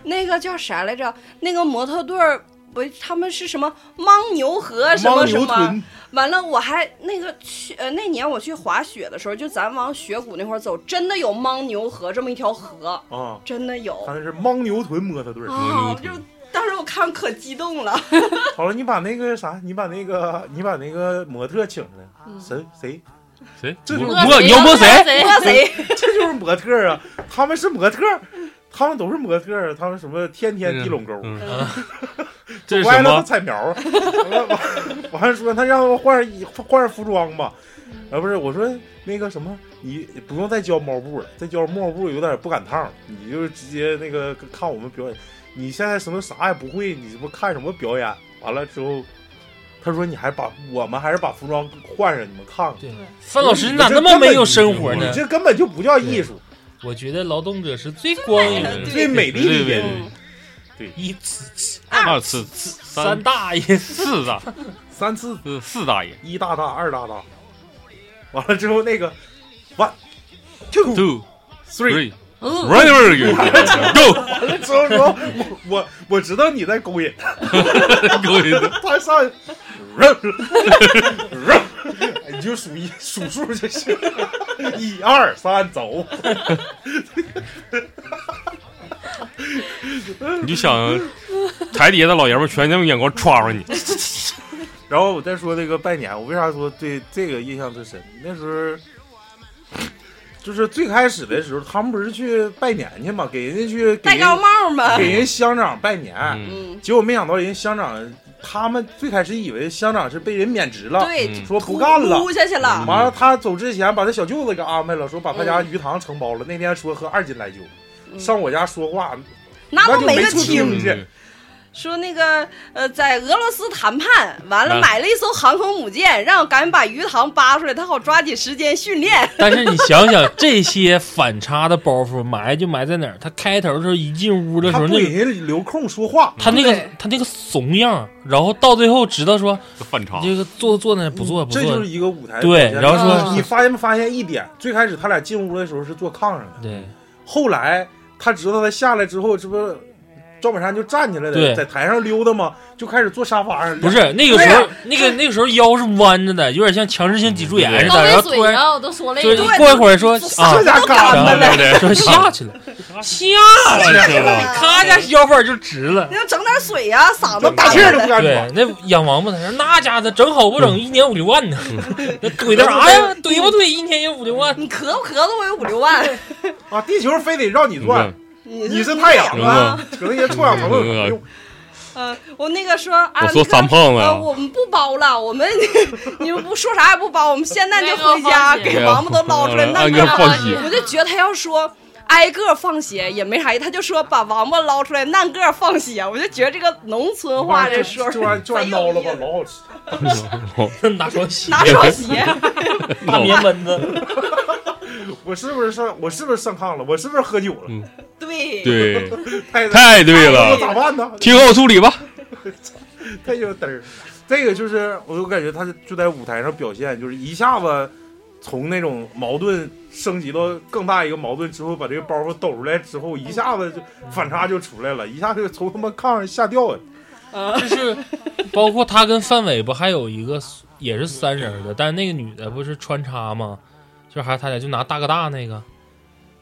那个叫啥来着？那个模特队儿不，他们是什么牦牛河什
牦
么什
牛
么
臀？，
完了，我还那个去呃那年我去滑雪的时候，就咱往雪谷那块儿走，真的有牦牛河这么一条河，
啊，
真的有
他那是牦牛臀模特队儿。
牦牛
啊！就
臀
当时我看可激动了，
好了，你把那个啥，你把那个，你把那个模特请上来，谁谁？
[laughs] 谁？
这就是
我
摸你要摸谁
谁
那谁
这就是模特啊！他们是模特，他们都是模特，他们什么天天地垄沟，
嗯
嗯
[laughs]
[laughs]
这是
歪
什
了他
么？
彩苗儿，完了完完了说他让 [laughs] 我换上衣换上服装吧，啊不是我说那个什么你不用再教猫步了，再教猫步有点不赶趟儿，你就直接那个看我们表演，你现在什么啥也不会，你这不看什么表演？完了之后，他说你还把我们还是把服装换上，你们看看，
对，范老师你咋那么没有生活呢
你？这根本就不叫艺术，
我觉得劳动者是最光荣的，
最美丽的人。
嗯
一次
二次次
三
三
大爷，
四大
三次
四四大爷
一大大二大大，完了之后那个 one two
，two
three。
three
哦
run
[laughs]
over you go，
完了之后说，我我我知道你在勾引他，
勾引
[laughs]
的
他上去，扔扔，哎你就数一数数就行， [laughs] 一二三走，
[laughs] 你就想台底下的老爷们儿全用眼光抓
[laughs]
着你，
然后我再说那个拜年，我为啥说对这个印象最深？那时候就是最开始的时候，他们不是去拜年去嘛，给人家去给
戴
人
高帽吗？
给人乡长拜年，
嗯，
嗯，
结果没想到人乡长，他们最开始以为乡长是被人免职了，
对，
嗯
说不干了，
撸下去了，
完了，他走之前把他小舅子给安排了，说把他家鱼塘承包了。那天说喝二斤来酒，上我家说话，
嗯那
那
都
就
没
没
个
处
听。
听去。
说那个呃，在俄罗斯谈判完了，
啊
买了一艘航空母舰，让我赶紧把鱼塘扒出来，他好抓紧时间训练。
[laughs] 但是你想想这些反差的包袱埋就埋在哪儿？他开头的时候一进屋的时
他
候，
不
那
给
个
人留空说话，
他那个
对
他那个怂样，然后到最后知道说
这反差
你这个坐坐那不坐不
嗯这就
坐
是，一个舞台表
对，
现。
然后说
嗯
你发现没发现一点？最开始他俩进屋的时候是坐炕上的，
对
后来他知道他下来之后，这不赵本山就站起来
对
了，在台上溜达嘛，就开始坐沙发上。
不是那个时候那个那个时候腰是弯着的，有点像强制性脊柱
嗯
炎似
到
的，然后
没嘴
突然
上我都说累
就是
了。
过一会儿
[laughs]
说啊
这。家干
然
的
后
了，
说下
[laughs]
去了，下去了，他家腰板就直了
你。要整点水呀、嗓子
整大
打
气
开
儿都不
了。
敢
对
喘。，
那养王八他说那家伙整好不整，一年五六万
[laughs]
呢，那怼的啥哎呀？怼不怼一年也五六万？
你咳不咳嗽，我有五六万。
啊，地球非得绕你
你
转
看，，
你
你是太阳
啊
啊！扯那些臭
[laughs]
氧层有什么用？
嗯、我那个说啊，
我说
那个
三胖子呀
呃我们不包了，我们 [laughs] 你们不说啥也不包，我们
[laughs]
现在就回家
那个放心
给王八都捞出来
嗯
弄
按个
点。
放血，
我就觉得他要说挨个放血也没啥意思，他就说把王八捞出来按个放血，我就觉得这个农村话这说
就完就
哎
完孬了吧，老好吃。
[laughs]
拿双鞋，
拿
[laughs]
双鞋，
大棉蚊子，
[laughs] 我是不是上我是不是上炕了？我是不是喝酒了？
嗯
对，
对，
[laughs] 太太
太对
我
了，
咋办呢？
听后处理吧。
[laughs] 太有嘚儿。这个就是我就感觉他就在舞台上表现，就是一下子从那种矛盾升级到更大一个矛盾之后，把这个包袱抖出来之后，一下子就反差就出来了，一下就从他妈炕上吓掉了。
嗯
[laughs]
就是 [laughs] 包括他跟范伟不还有一个也是三人的，但那个女的不是穿插吗？就还他俩就拿大哥大那个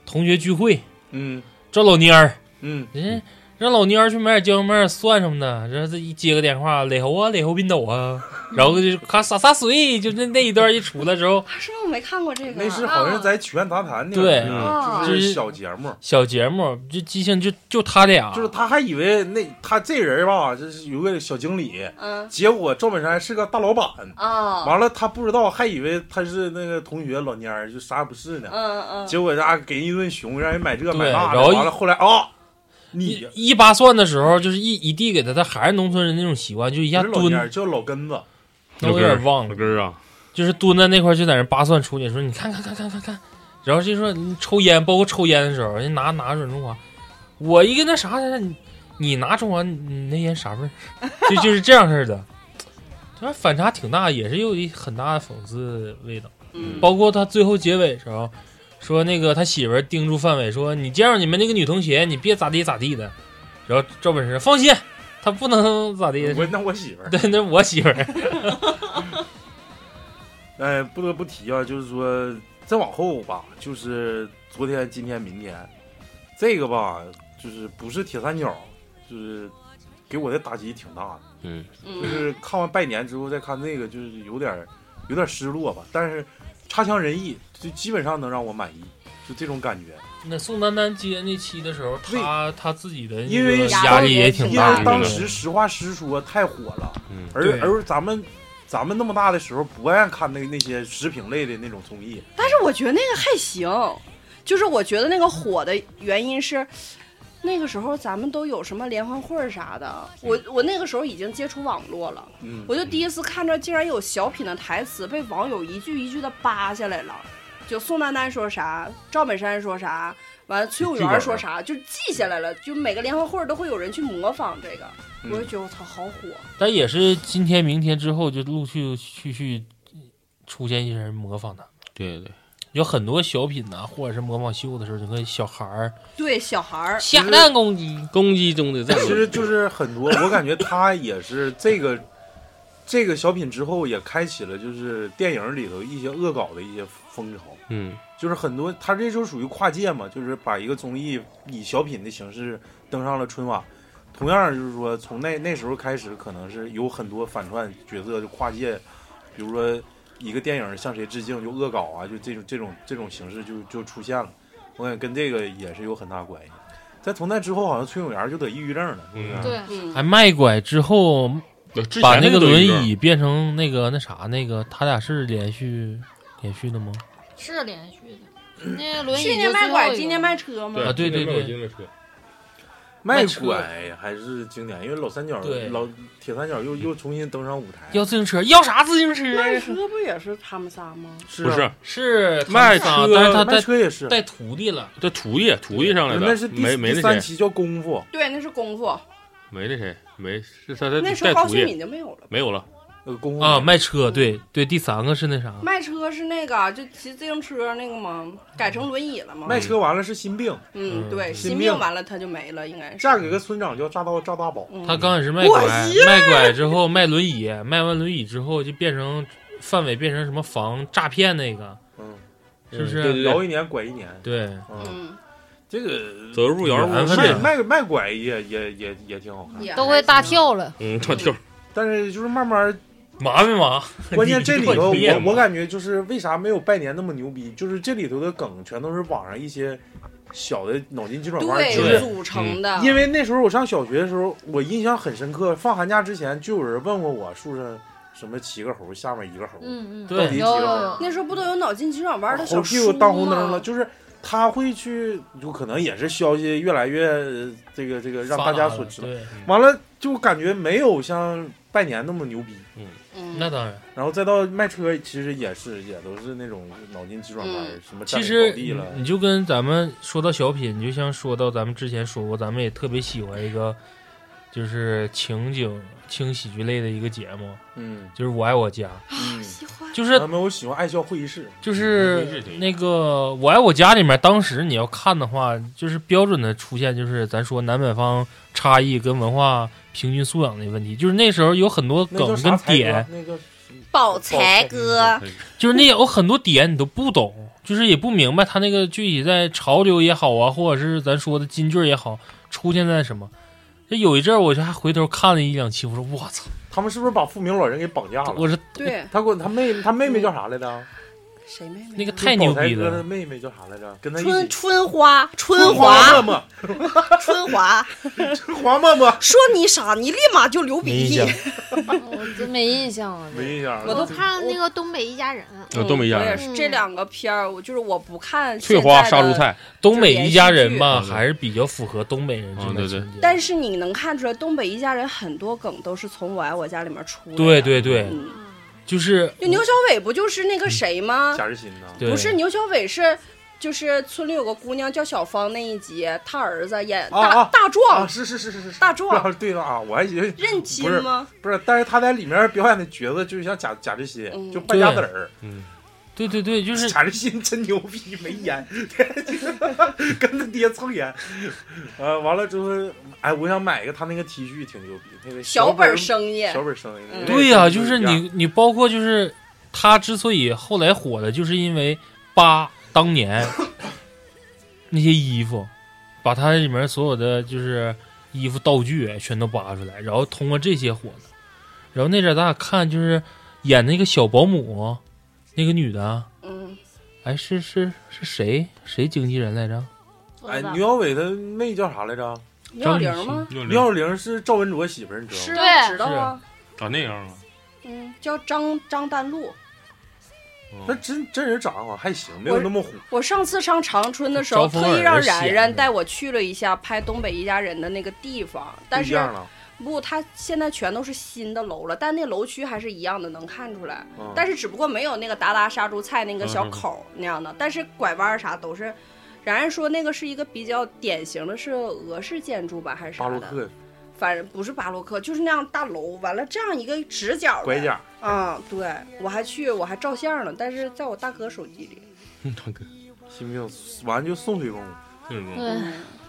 同学聚会，
嗯
这老蔫儿，
嗯，
人家让老蔫儿去买点姜，买点蒜什么的，这这一接个电话，磊猴啊，磊猴冰斗啊，然后就咔洒洒水，就那那一段一出来之后，
啊是吗？我没看过这个。
那是好像是在曲苑杂谈那
对
个，
嗯
就是小节目。
小节目就即兴就就他俩，
就是他还以为那他这人吧，就是有个小经理，
嗯
结果赵本山是个大老板，
啊，
完了他不知道，还以为他是那个同学老蔫儿，就啥也不是呢。
嗯嗯，
结果啊，给人一顿熊，让人买这买
对
那
然
的，
后一
完了后来啊，
一
你
一扒蒜的时候，就是一一递给他，他还是农村人那种习惯，就一
不
下
是老
蹲
蔫，儿，叫老根子，
那我有点忘
老
了，
根儿啊，
就是蹲在那块儿就在那扒蒜出去，说你看看看看看看，然后就说你抽烟，包括抽烟的时候，人家拿拿准中华，我一个那啥，你你拿中华，你你那烟啥味儿？ [laughs] 就就是这样式儿的，他反差挺大，也是有一很大的讽刺味道。
嗯
包括他最后结尾时候，说那个他媳妇儿叮嘱范伟说：“你见着你们那个女同学，你别咋地咋地的。”然后赵本山放心，他不能咋地的。
我那我媳妇儿。
[laughs] 对，那我媳妇儿。
哎，不得不提啊，就是说再往后吧，就是昨天、今天、明天，这个吧，就是不是铁三角，就是给我的打击挺大的。
嗯，
就
嗯
是看完拜年之后再看这个，就是有点儿有点儿失落吧。但是差强人意，就基本上能让我满意，就这种感觉。
那宋丹丹接那期的时候，他他自己的那个
因为
压力也挺
因
大
为
的
当。时实话实说太火了，
嗯
而
对
而咱们咱们那么大的时候不爱看那那些食品类的那种综艺，
但是我觉得那个还行，就是我觉得那个火的原因是。那个时候咱们都有什么联欢会儿啥的，我我那个时候已经接触网络了，
嗯，
我就第一次看着竟然有小品的台词被网友一句一句的扒下来了，就宋丹丹说啥，赵本山说啥，完了崔永元说啥，就记下来了。就每个联欢会儿都会有人去模仿这个，
嗯
我就觉得我操好火。
但也是今天、明天之后，就陆续续续出现一些人模仿他。
对对，
有很多小品呐、或者是模仿秀的时候，你看小孩儿
对小孩儿，
下蛋公鸡，
公鸡中的战
其实就是很多，我感觉他也是这个这个小品之后也开启了就是电影里头一些恶搞的一些风潮。
嗯，
就是很多，他这就属于跨界嘛，就是把一个综艺以小品的形式登上了春晚。同样就是说，从那那时候开始，可能是有很多反串角色就跨界，比如说一个电影向谁致敬就恶搞啊，就这种这种这种形式就就出现了。我感觉跟这个也是有很大关系。在从那之后，好像崔永元就得抑郁症了，是不是？
对，
嗯
还卖拐之后
哦
之前
把那个
都有
轮
一
椅变成那个那啥那个，他俩是连续连续的吗？
是连续
[laughs]
的。那轮椅
去年
就
卖
最后
拐，
一
今
个
年卖车吗？
啊对对对
今天卖车
卖
卖车
拐还是经典，因为老三角
对
老铁三角又又重新登上舞台。
要自行车，要啥自行
卖
车？
车不也是他们仨吗？
是
不是
啊
是他
卖
们仨
车
但是他
卖
带
车也是，
带徒弟了，
这徒弟徒弟上来
那
的
是，第
没没
第
那
三
谁，
期叫功夫。
对，那是功夫，
没那谁，没是他他
那时候
带
高
徒
秀
弟
敏就没有了。
没有了，
呃，功夫嗯
啊，卖车，对对，第三个是那啥，
卖车是那个，就骑自行车那个吗？改成轮椅了吗？
卖车完了是心病，
嗯，
嗯
对，
心
心
病
病完了他就没了，应该是。
嫁给个村长叫炸刀炸大宝，
嗯
他刚开始卖拐
我，媳嗯
卖拐之后卖轮椅，卖完轮椅之后就变成范伟变成什么防诈骗那个，
嗯，
是不
嗯对
是？
对
摇一年拐一年，
对，
嗯，
嗯，
这个
走入窑
缘
入
分
卖
呢
卖卖拐也也也也挺好看，
也
都会大
还行。
跳了。
嗯， [laughs] 跳跳，
但是就是慢慢，
麻没 [laughs] 麻？
关键这里
[laughs]
头
你你
我我感觉就是为啥没有拜年那么牛逼，就是这里头的梗全都是网上一些小的脑筋急转弯，就
对，
是。
组成的，
嗯因为那时候我上小学的时候，我印象很深刻。放寒假之前就有人问过我树上什么七个猴，下面一个猴，
嗯嗯，
到底
对
几，
有
个
有
猴？
有，
那时候不都有脑筋急转弯的小啊
红屁
书
股
吗？
当红灯了，就是他会去，就可能也是消息越来越呃这个这个让大家所知道。
对，
完了就感觉没有像拜年那么牛逼，
嗯
那当然。
然后再到卖车，其实也是也都是那种脑筋急转弯，
嗯啊
什么
其
站
实嗯
着倒地
你
了，
你就跟咱们说到小品，你就像说到咱们之前说过，咱们也特别喜欢一个就是情景轻喜剧类的一个节目，
嗯
就是《我爱我家
嗯，》，
就是
他们我喜欢爱笑会议室，
就是那个《我爱我家》里面，当时你要看的话，就是标准的出现，就是咱说南北方差异跟文化平均素养的问题，就是那时候有很多
那叫
[laughs] 梗
啥
跟
才哥
点，
那个
宝财哥，
就是那有很多点你都不懂，就是也不明白他那个具体在潮流也好啊，或者是咱说的金句儿也好，出现在什么。这有一阵儿，我就还回头看了一两期，我说我操，
他们是不是把富明老人给绑架了？
我说
对，
他给我他妹他妹妹叫啥来着？
谁妹妹啊？
那个太牛逼
宝台哥的
了，
妹妹叫啥来着？跟他一
春
起
春花，春
花
华，
沫
春
[laughs]
华，
沫，黄沫沫，
说你傻，你立马就流
没
鼻
印
涕哦
象。。[laughs]
[laughs]
我真没印
啊
象了。
没印象了。
嗯我
我
都
看那个东北一家人，
呃东北一家
我也
人，
是
嗯
这两个片儿，我就是我不看
翠
现
花
在
杀
的
猪菜，
东北一家人嘛，
就是连续剧
还是比较符合东北人这
嗯
种
对
情
对
节。
但是你能看出来，东北一家人很多梗都是从《我爱我家》里面出来的。
对对对，
嗯，
就是
就牛小伟不就是那个谁
啊
吗？
嗯贾日新呐，
对
不是牛小伟是，就是村里有个姑娘叫小芳那一集，他儿子演大、
啊啊
大
啊，
壮，
是是是是是，
大
[laughs]
壮
啊对了啊，我还以为
认
不
亲
是
吗？
不是，但是他在里面表演的角色就是像贾贾志新，
嗯
就败家子儿。
嗯对对对，就是
贾志新真牛逼，没演， [laughs] 跟他爹蹭演。呃，完了之后，哎，我想买一个他那个 T 恤，挺牛逼，那个
小
本
本生意，
小本生意
嗯。
对呀、
那个
就是
样
你你包括就是他之所以后来火的，就是因为八当 [coughs] 年那些衣服，把他里面所有的就是衣服道具哎全都扒出来，然后通过这些火的。然后那阵儿咱俩看就是演那个小保姆，那个女的，啊
嗯，
哎是是是谁谁经纪人来着？
不
哎
知，道
牛小伟他妹叫啥来着？
刘小玲吗？
六
刘小玲是赵文卓媳妇儿，你知道吗？
是啊，知道
是
啊，
长那样啊？
嗯，叫张张丹露。
嗯
那真真人长得好像还行，没有那么虎。
我上次上长春的时候，
招风耳
特意让
朵
冉
显
冉
着
带我去了一下拍《东北一家人》的那个地方，但
不一
是
样
嗯
了，
不，它现在全都是新的楼了，但那楼区还是一样的，能看出来。
嗯
但是只不过没有那个达达杀猪菜那个小口嗯儿那样的，但是拐弯儿啥都是。冉冉说那个是一个比较典型的，是俄式建筑吧，还是
巴
啥
洛
的？
克
反正不是巴洛克，就是那样大楼。完了，这样一个直角的
拐角。
啊、对我还去，我还照相呢，但是在我大哥手机里。
大哥，
新兵，完就送水工，
这种
对，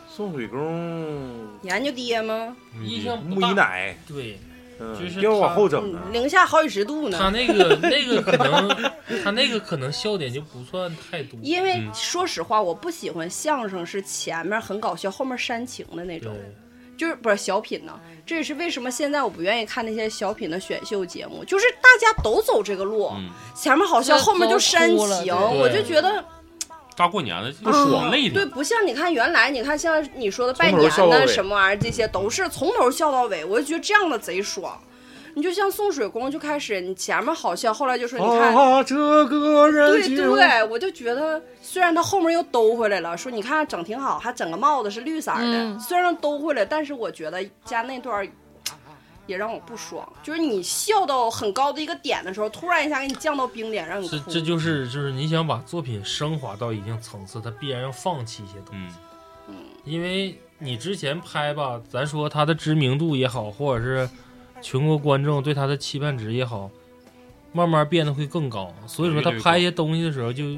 送水工
研究爹吗？
印象
木一奶，
对
嗯
就是，
要往
他
后整
嗯，
啊。
零下好几十度呢。
他那个那个可能 [laughs] 他那个可能笑点就不算太多，
[laughs] 因
嗯
为说实话，我不喜欢相声是前面很搞笑，后面煽情的那
对
种，就是不是小品呢？这也是为什么现在我不愿意看那些小品的选秀节目，就是大家都走这个路，
嗯
前面好笑，
就
后面就煽
都哭了
情，
对
我就觉得
大过年的不
啊
爽累
对，
的，
不像你看原来，你看像你说的拜
从头
年
笑到
呐
尾
什么玩意儿，这些都是从头笑到尾，我就觉得这样的贼爽。你就像送水工就开始，你前面好笑，后来就说你看。
啊，这个人
对
就
对，我就觉得，虽然他后面又兜回来了，说你看整挺好，还整个帽子是绿色儿的，
嗯
虽然兜回来，但是我觉得加那段儿也让我不爽，就是你笑到很高的一个点的时候，突然一下给你降到冰点，让你
这
哭。
这就是就是你想把作品升华到一定层次，它必然要放弃一些东西，
嗯，
因为你之前拍吧，咱说它的知名度也好，或者是全国观众对它的期盼值也好，慢慢变得会更高。所以说，他拍一些东西的时候就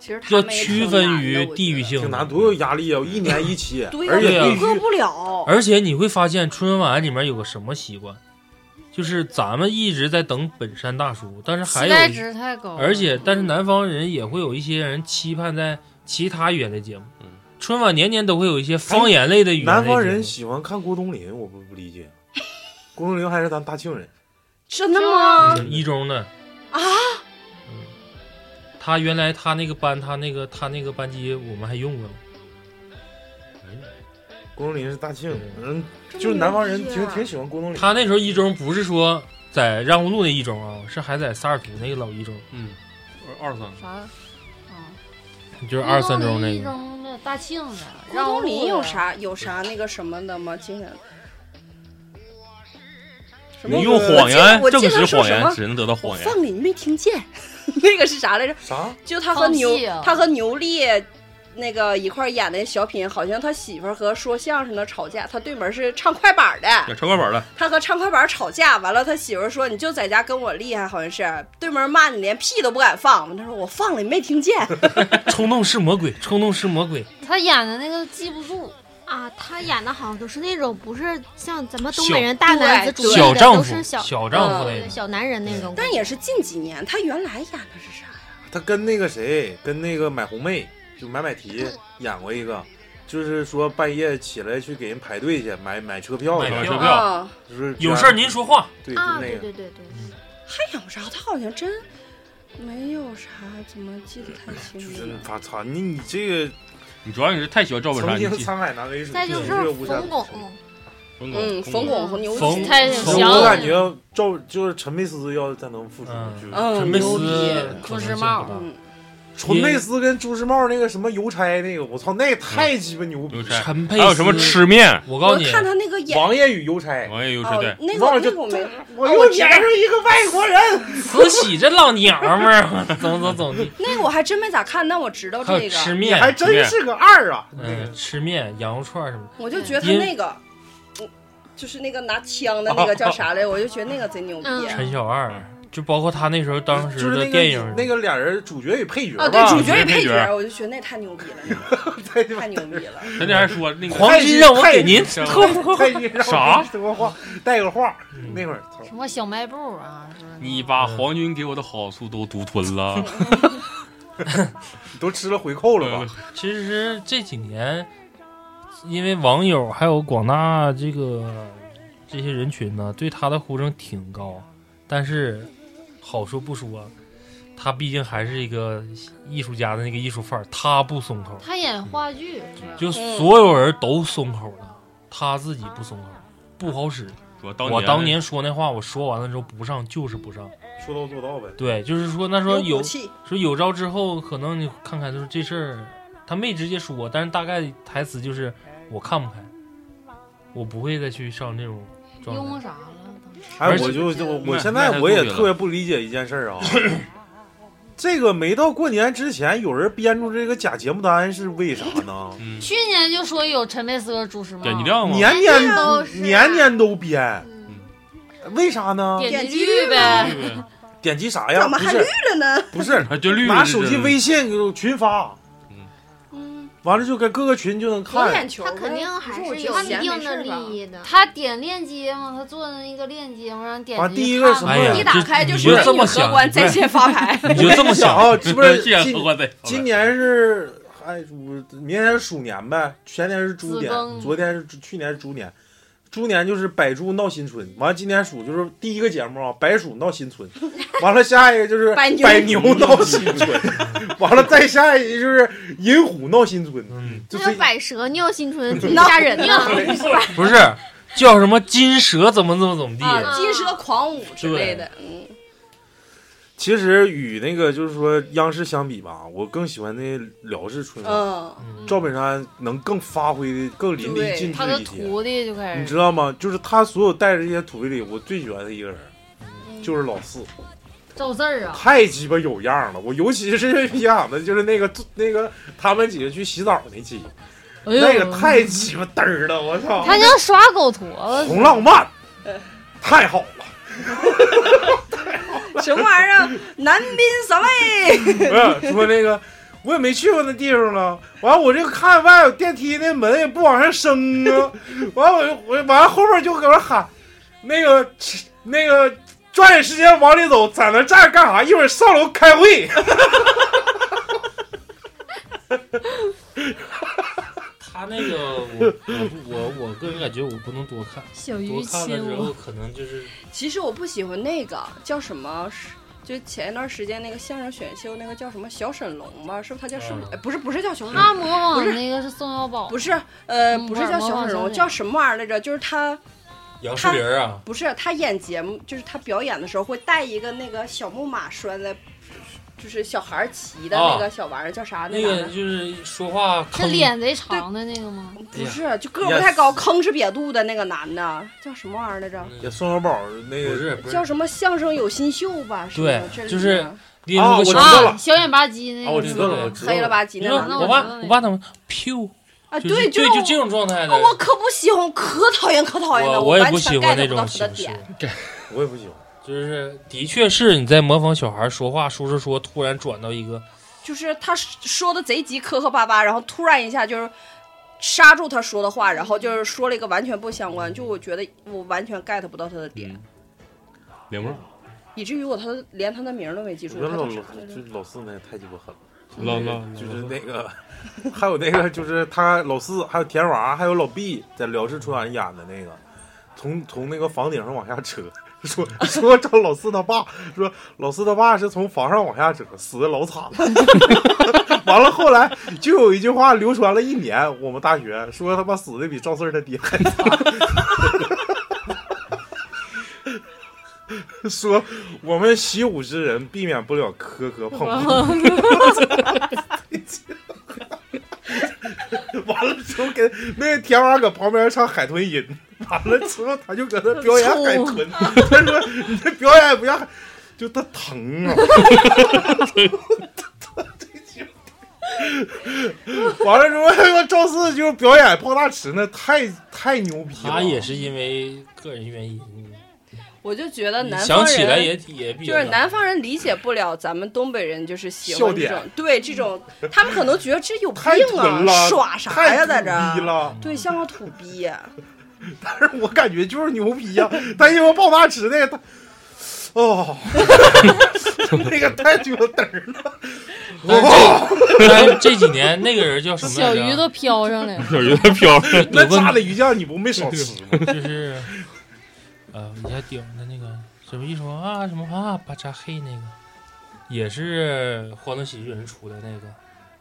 其实他
要
们也
区
挺
分
难的
于
我
地
觉
域
得
性
挺
的
难，多有压力啊！一年一期，[laughs]
对
而且
呀、
对啊
必
你
须
割不了。
而且你会发现，春晚里面有个什么习惯，就是咱们一直在等本山大叔，但是还
期
有
待
一
值太
哦
高了，
而且，但是南方人也会有一些人期盼在其他语言类节目
嗯，
春晚年年都会有一些方言类的语言类节
哎南
目。
方人喜欢看郭冬临，我不不理解。 [laughs] 郭冬临还是咱大庆人，
真的吗？
嗯一中的啊，嗯他原来他那个班，他那个他那个班级，我们还用过呢。
郭冬临是大庆，嗯，
这么
就是南方人
牛逼啊
挺挺喜欢郭冬临。
他那时候一中不是说在让乌路那一中啊，是还在萨尔图那个老一中，
嗯，二二三
啥？啊
嗯
就是二三中那
哦
一
个。
中的大庆的，
郭冬临
让
有
路的
啥有啥那个什么的吗？今天
你用谎言
我记
证
得我记得
实
说
谎
什
言
么，
啊只能得到
我
谎言。
哦放你，你没听见？ [laughs] 那个是啥来着？
啥？
就他和牛
放屁啊，
他和牛莉那个一块儿演的小品，好像他媳妇儿和说相声的吵架，他对门是唱快板的，
也超快板了，
他和唱快板吵架，完了他媳妇儿说你就在家跟我厉害，好像是对门骂你连屁都不敢放，他说我放了你没听见，
[laughs] 冲动是魔鬼，冲动是魔鬼。
他演的那个记不住，
啊，他演的好像都是那种不是像咱们东
小
北人大男子主义
小
的，
丈
都
夫
是小嗯
小丈夫
对
那种嗯
小男人那种感觉。
但也是近几年，他原来演的是啥呀？
他跟那个谁，跟那个买红妹，就买买提演过一个，就是说半夜起来去给人排队去买买车票去，
买车票
啊，
就是
有事儿您说话，
哦对，就
啊，
那
对
个
对对对，
还有啥？他好像真没有啥，怎么记得太
就
清
是
楚了？啊
我操，你你这个
你主要你是太喜欢赵本
曾
山，你
经
记
沧海难为水，
再就
今
是
日无山
冯巩，
冯
嗯，冯
巩，
巩和牛
冯
姐
太
冯
我
小
了
感觉赵就是陈佩斯要再能复出，
嗯
就是
嗯
陈佩
牛
斯
逼、
可能
朱时
性
茂
不大
嗯
陈佩斯跟朱时茂那个什么邮差那个，我操，那也太鸡巴牛逼
牛
了！
嗯差，
陈佩
还有什么
斯
吃面？
我告
我
诉你，
看他那个演
王爷与
[laughs]
邮差，
王爷优
哦
车队，，
那个
忘了
那
就
个我没
我
哦
又
我知
撵
道
上一个外国
[laughs]
人。
慈禧这老娘们儿，怎么怎么怎
[laughs]
么地，
那个我还真没咋看，但我知道
还
这
有吃
个，
还
面，
真是个二啊！
嗯，吃面、羊肉串什么的。
我就觉得他那个，嗯就是那个拿枪的那个叫啥来，我就觉得那个贼牛逼。啊
嗯
陈小二，就包括他那时候当
就
时
是
的
那
电影哦
个，那个俩人主角与配角
啊，对，
吧，
主角与
配
配
角
角，我就觉得那太牛逼
[laughs]
了，那
太
个太牛逼了。
咱这还说那
[laughs]
个
黄金让我给您透露。
太太让我
啥
说话带个话，
嗯
那会儿操
什么小卖部啊，是不是
你把黄军给我的好处都独吞了，
嗯
[laughs] 都吃了回扣了吧？
呃其实这几年，因为网友还有广大这个这些人群呢，对他的呼声挺高，但是好说不说，他毕竟还是一个艺术家的那个艺术范儿，他不松口，
他演话剧，
就
嗯
嗯
所有
[laughs]
人都松
啊
口了，他自己不松口，不好使。
说当
我当年说那话，我说完了之后不上就是不上，
说到做到呗。
对，就是说那时候
有
有
骨气，
说有招之后，可能你看看就是这事儿，他没直接说，但是大概台词就是我看不开，我不会再去上这种状
拥
态。
啥了？当时
哎，
而且
我就就我我
那
现在
那太
我也
多余了
特别不理解一件事
[laughs]
儿啊，这个没到过年之前，有人编出这个假节目单是为啥呢？
嗯，
去年就说有陈佩斯和朱时茂，
点击量嘛，
年年
都
啊
是
年年都编，
嗯
为啥呢？
点击
点击
率
率
嗯对
呗，
呗
点击啥呀？
怎么
不
还绿
是
了呢？
[laughs] 不是，
还就绿了
拿手机
这
微信给我群发，
嗯，
完了就跟各个群就能
有
看
眼。球
他
呗，
肯定还
不
是
是
有
我
一
觉得
定
闲
的
没事儿吧
利益的。
他点链接嘛，他做的那个链接嘛，让你点
啊
进
第一
去
个
看
什
嘛。
哎呀，
一打开
这
就
你
说
就这
你
么
荷
想，
官在线发牌，
[laughs] 你就这么
[laughs] 想
想，
啊，是
[laughs]
不是
谢谢
今
我在
今年是哎，我明年是鼠年呗，前年是猪年
子庚，
昨天是猪去年是猪年，猪年就是百猪闹新春，完了今年鼠就是第一个节目啊，白鼠闹新
[laughs]
春，完了下一个就是
百牛
百牛闹新春，完了再下一个就是寅虎闹新春，
嗯，
就
还
这
有百蛇尿新春，挺吓人啊的。 [laughs]
不是 [laughs] 叫什么金蛇怎么怎么怎么
啊，
地，
鸡蛇狂舞之类的，嗯，
其实与那个就是说央视相比吧，我更喜欢那辽视春晚，
嗯，
赵本山能更发挥的更淋漓
对
尽致
他的
一些。
徒弟就开
你
始
知道吗？就是他所有带着这些徒弟里，我最喜欢的一个人，就是老四，
嗯造字儿啊，
太鸡巴有样了。我尤其 [laughs] 是皮痒的，就是那个那个他们几个去洗澡那期，
哎呦
那个太鸡巴嘚儿了，我操！
他像耍狗驼
[laughs]
子，
红浪漫，
嗯
太好了。
什么玩意儿啊？男宾三位，
嗯说那个我也没去过那地方了，完我这个看外有电梯那门也不往上升啊，完我就我完后边就搁那喊，那个那个抓紧时间往里走，在那站着干啥？一会儿上楼开会。
他那个我我我个人感觉我不能多看，
小
多
鱼
看了
亲
之
我，
后可能就是
其实我不喜欢那个叫什么，是就前一段时间那个相声选秀那个叫什么小沈龙吧，是不是他叫沈
嗯？
哎不是不是叫小沈
他
龙，
模仿
不是
那个是宋小宝，
不是呃
嗯
不是叫小沈
模仿小沈
龙，
龙
叫什么玩意儿来着？就是他
杨树林儿啊，
不是他演节目，就是他表演的时候会带一个那个小木马拴在，就是小孩儿骑的那
啊
个小玩意儿叫啥？
那个
玩意儿
就是说话
是
坑
脸贼长的那个吗？
不
哎
是，就个儿不太高，吭哧瘪肚的那个男的叫什么玩意儿来着？
宋小宝那
不是不是
叫什么相声有新秀吧？是
对
吗这里
就
面
是拎
啊
出个小
我知道了
啊，小眼吧唧那个，
啊，我知道了，我
我
知道
黑了
了。
吧唧
你
那
说
男的
那
我
我知
爸
道那
我爸怎么 pew
啊，
就是
对，
对，
是
就这种状态的
哦，。我可不喜欢，可讨厌可讨厌了，
我我也
完
不
全
喜欢
get
那
不到
种
他的
形式
点，，
我也不喜欢。
就是的确是你在模仿小孩说话，说着说突然转到一个，
就是他说的贼急磕磕巴巴，然后突然一下就是刹住他说的话，然后就是说了
嗯
一个完全不相关，就我觉得我完全 get 不到他的点。
领不
以至于我他连他的名儿都没记住。
我觉得
他
老
叫啥
老
来
就
着？
老四那也太鸡巴狠了，
老老
就是那个，还有那个就是他老四，还有田娃，还有老毕，在《辽视春晚》演的那个，从从那个房顶上往下扯，说说找老四他爸，说老四他爸是从房上往下扯，死的老惨了。 [laughs] 完了后来就有一句话流传了一年，我们大学说他妈死的比赵四儿他爹还惨。 [laughs] 说我们习武之人避免不了磕磕碰碰。 [laughs] 完了之后给那个田娃搁旁边唱海豚音， [laughs] 完了之后他就搁那表演海豚， [laughs] 他说你这表演不像海，就他疼啊。 [laughs] 完了之后，他妈赵四就表演抱大池呢，太太牛逼了。
他也是因为个人原因，嗯
我就觉得南方
想
人
起来也也比较
就是南方人理解不了咱们东北人，就是喜
笑
欢这
点
种对这种， [laughs] 他们可能觉得这有病
太
啊
囤了，，
耍啥呀，在这
太土逼
儿，
了。
对，像个土逼呀、
但是我感觉就是牛逼呀、他因为抱大池那个他，哦， [laughs] 那个太鸡巴嘚儿了，哦，
但是这几年那个人叫什么来
小
着？
鱼都飘上来了。
小鱼在飘着，
那炸的鱼酱你不没少吃吗？
[laughs]
[laughs]
就是，呃，你还顶着那个什么一说啊什么啊巴扎黑那个，也是《欢乐喜剧人》出的那个嗯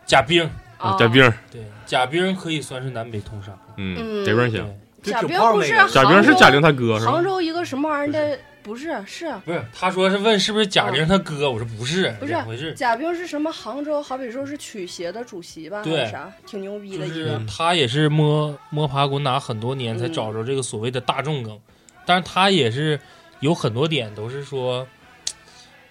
贾冰，
啊。
贾冰儿，
对，贾冰可以算是南北通杀。
嗯，
嗯
这边
对
行。，
就
贾
挺
冰
胖
不
那
是
个，
贾冰是贾玲他哥是吧
杭？州一个什么玩意儿的，不是是。
不是他说是问是不是贾玲他哥，我说不是，
嗯不是
两回事。
贾冰是什么？杭州好比说是曲协的主席吧，还
对
是啥？挺牛逼
就
的一
是
个。
他也是摸摸爬滚打很多年才
嗯
找着这个所谓的大众梗，但是他也是有很多点都是说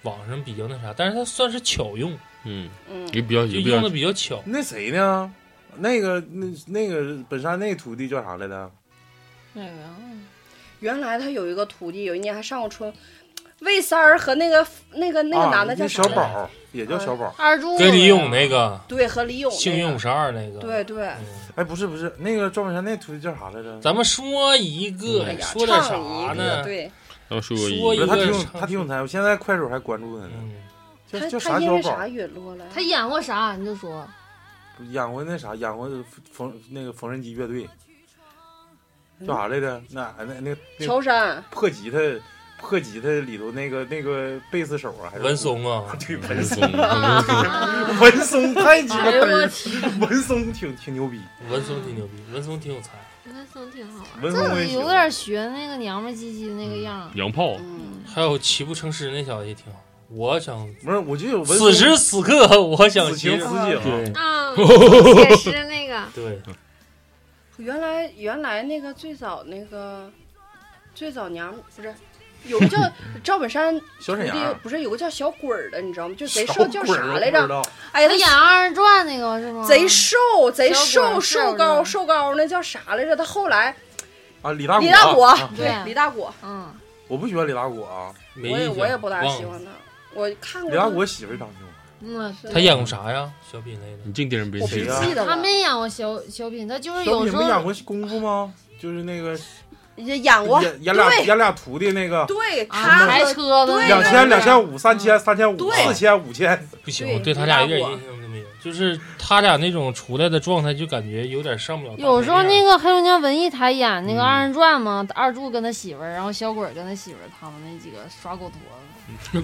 网上比较那啥，但是他算是巧用，
啊
嗯，
嗯，
也比较
就
也比较
用的 [laughs] 比较巧。
那谁呢？那个那那个本山那徒弟叫啥来着？
那个呀
原来他有一个徒弟，有一年还上过春。魏三儿和那个那个那个男的
啊那
叫啥
小
来着？嗯
宝，也叫小宝。
二柱子
跟李
呀
咏那个
对，和李咏、那个。
幸运五十二那个，
对对，
嗯
哎，不是不是，那个赵本山那徒弟叫啥来着？嗯
咱们说一个
哎，呀，
说点
唱一
啥
个
呢？
对，
要说
说
一
一
不是
个
他挺有
唱
他挺有才，我现在快手还关注他呢。
嗯，
叫
他
叫
他
啥
因
小
为啥
宝？
陨落了呀？
他演过啥？啊你就说
演过那啥？演过缝那个缝纫机乐队，叫啥来着？那那那那
嗯乔杉，
破吉他，破吉他里头那个那个贝斯手啊，还是
文松啊，
对文
文
松，
松，文
文松太鸡巴
哎呦
嘚
我
儿，文松挺挺牛逼，
文松挺牛逼，文松挺有才。
那松挺好玩。
文松我
这
也喜
有
欢
点学那个娘们唧唧的那个样儿
松，。洋
啊
炮，
嗯，
还有泣不成诗那小子也挺好。我想
不是，我就有文松
此时此刻，我想
此
写
情此景，
对 [laughs]
啊，写诗那个
对，
原来原来那个最早那个最早娘不是。
[laughs]
有个叫赵本山
小
徒
沈
弟
阳，
不是有个叫小鬼儿的，你知道吗？就贼
小
瘦，叫
嗯鬼儿
啥
我
来
不知
着？
道？
哎呀，
他
他
演二人转那个是吗？
贼瘦，贼
小鬼
瘦，
儿瘦
瘦
着
高，瘦高，那叫啥来着？他后来
[laughs] 啊，李大
李大
果
果
啊，
对
李大果，
嗯，
我不喜欢李大果啊，
没
我也
印象
我也不大
忘
喜
了
欢他，嗯我看过
李大
他
果媳妇儿啊长挺好，
嗯，
对
他演过啥呀？小品类的
你。净盯人别
我不
提
谁呀
记得
他
了，
没演过小小品，他就是
小
有
品
时
没演
候
过功夫吗？就是那个
也演过，
演演俩
对
演俩徒弟那个，
对
啊
他
开
和
车的
对
两
对
千
对
两千五三千三千五
对
[laughs]
四千五千，
不行，
对
我对他俩一点印象都没有。就是他俩那种出来的状态，就感觉有点上不了大台面。
有时候那个黑龙江文艺台演那个
嗯
二人转嘛，二柱跟他媳妇儿，然后小鬼儿跟他媳妇儿，他们那几个耍狗驼子。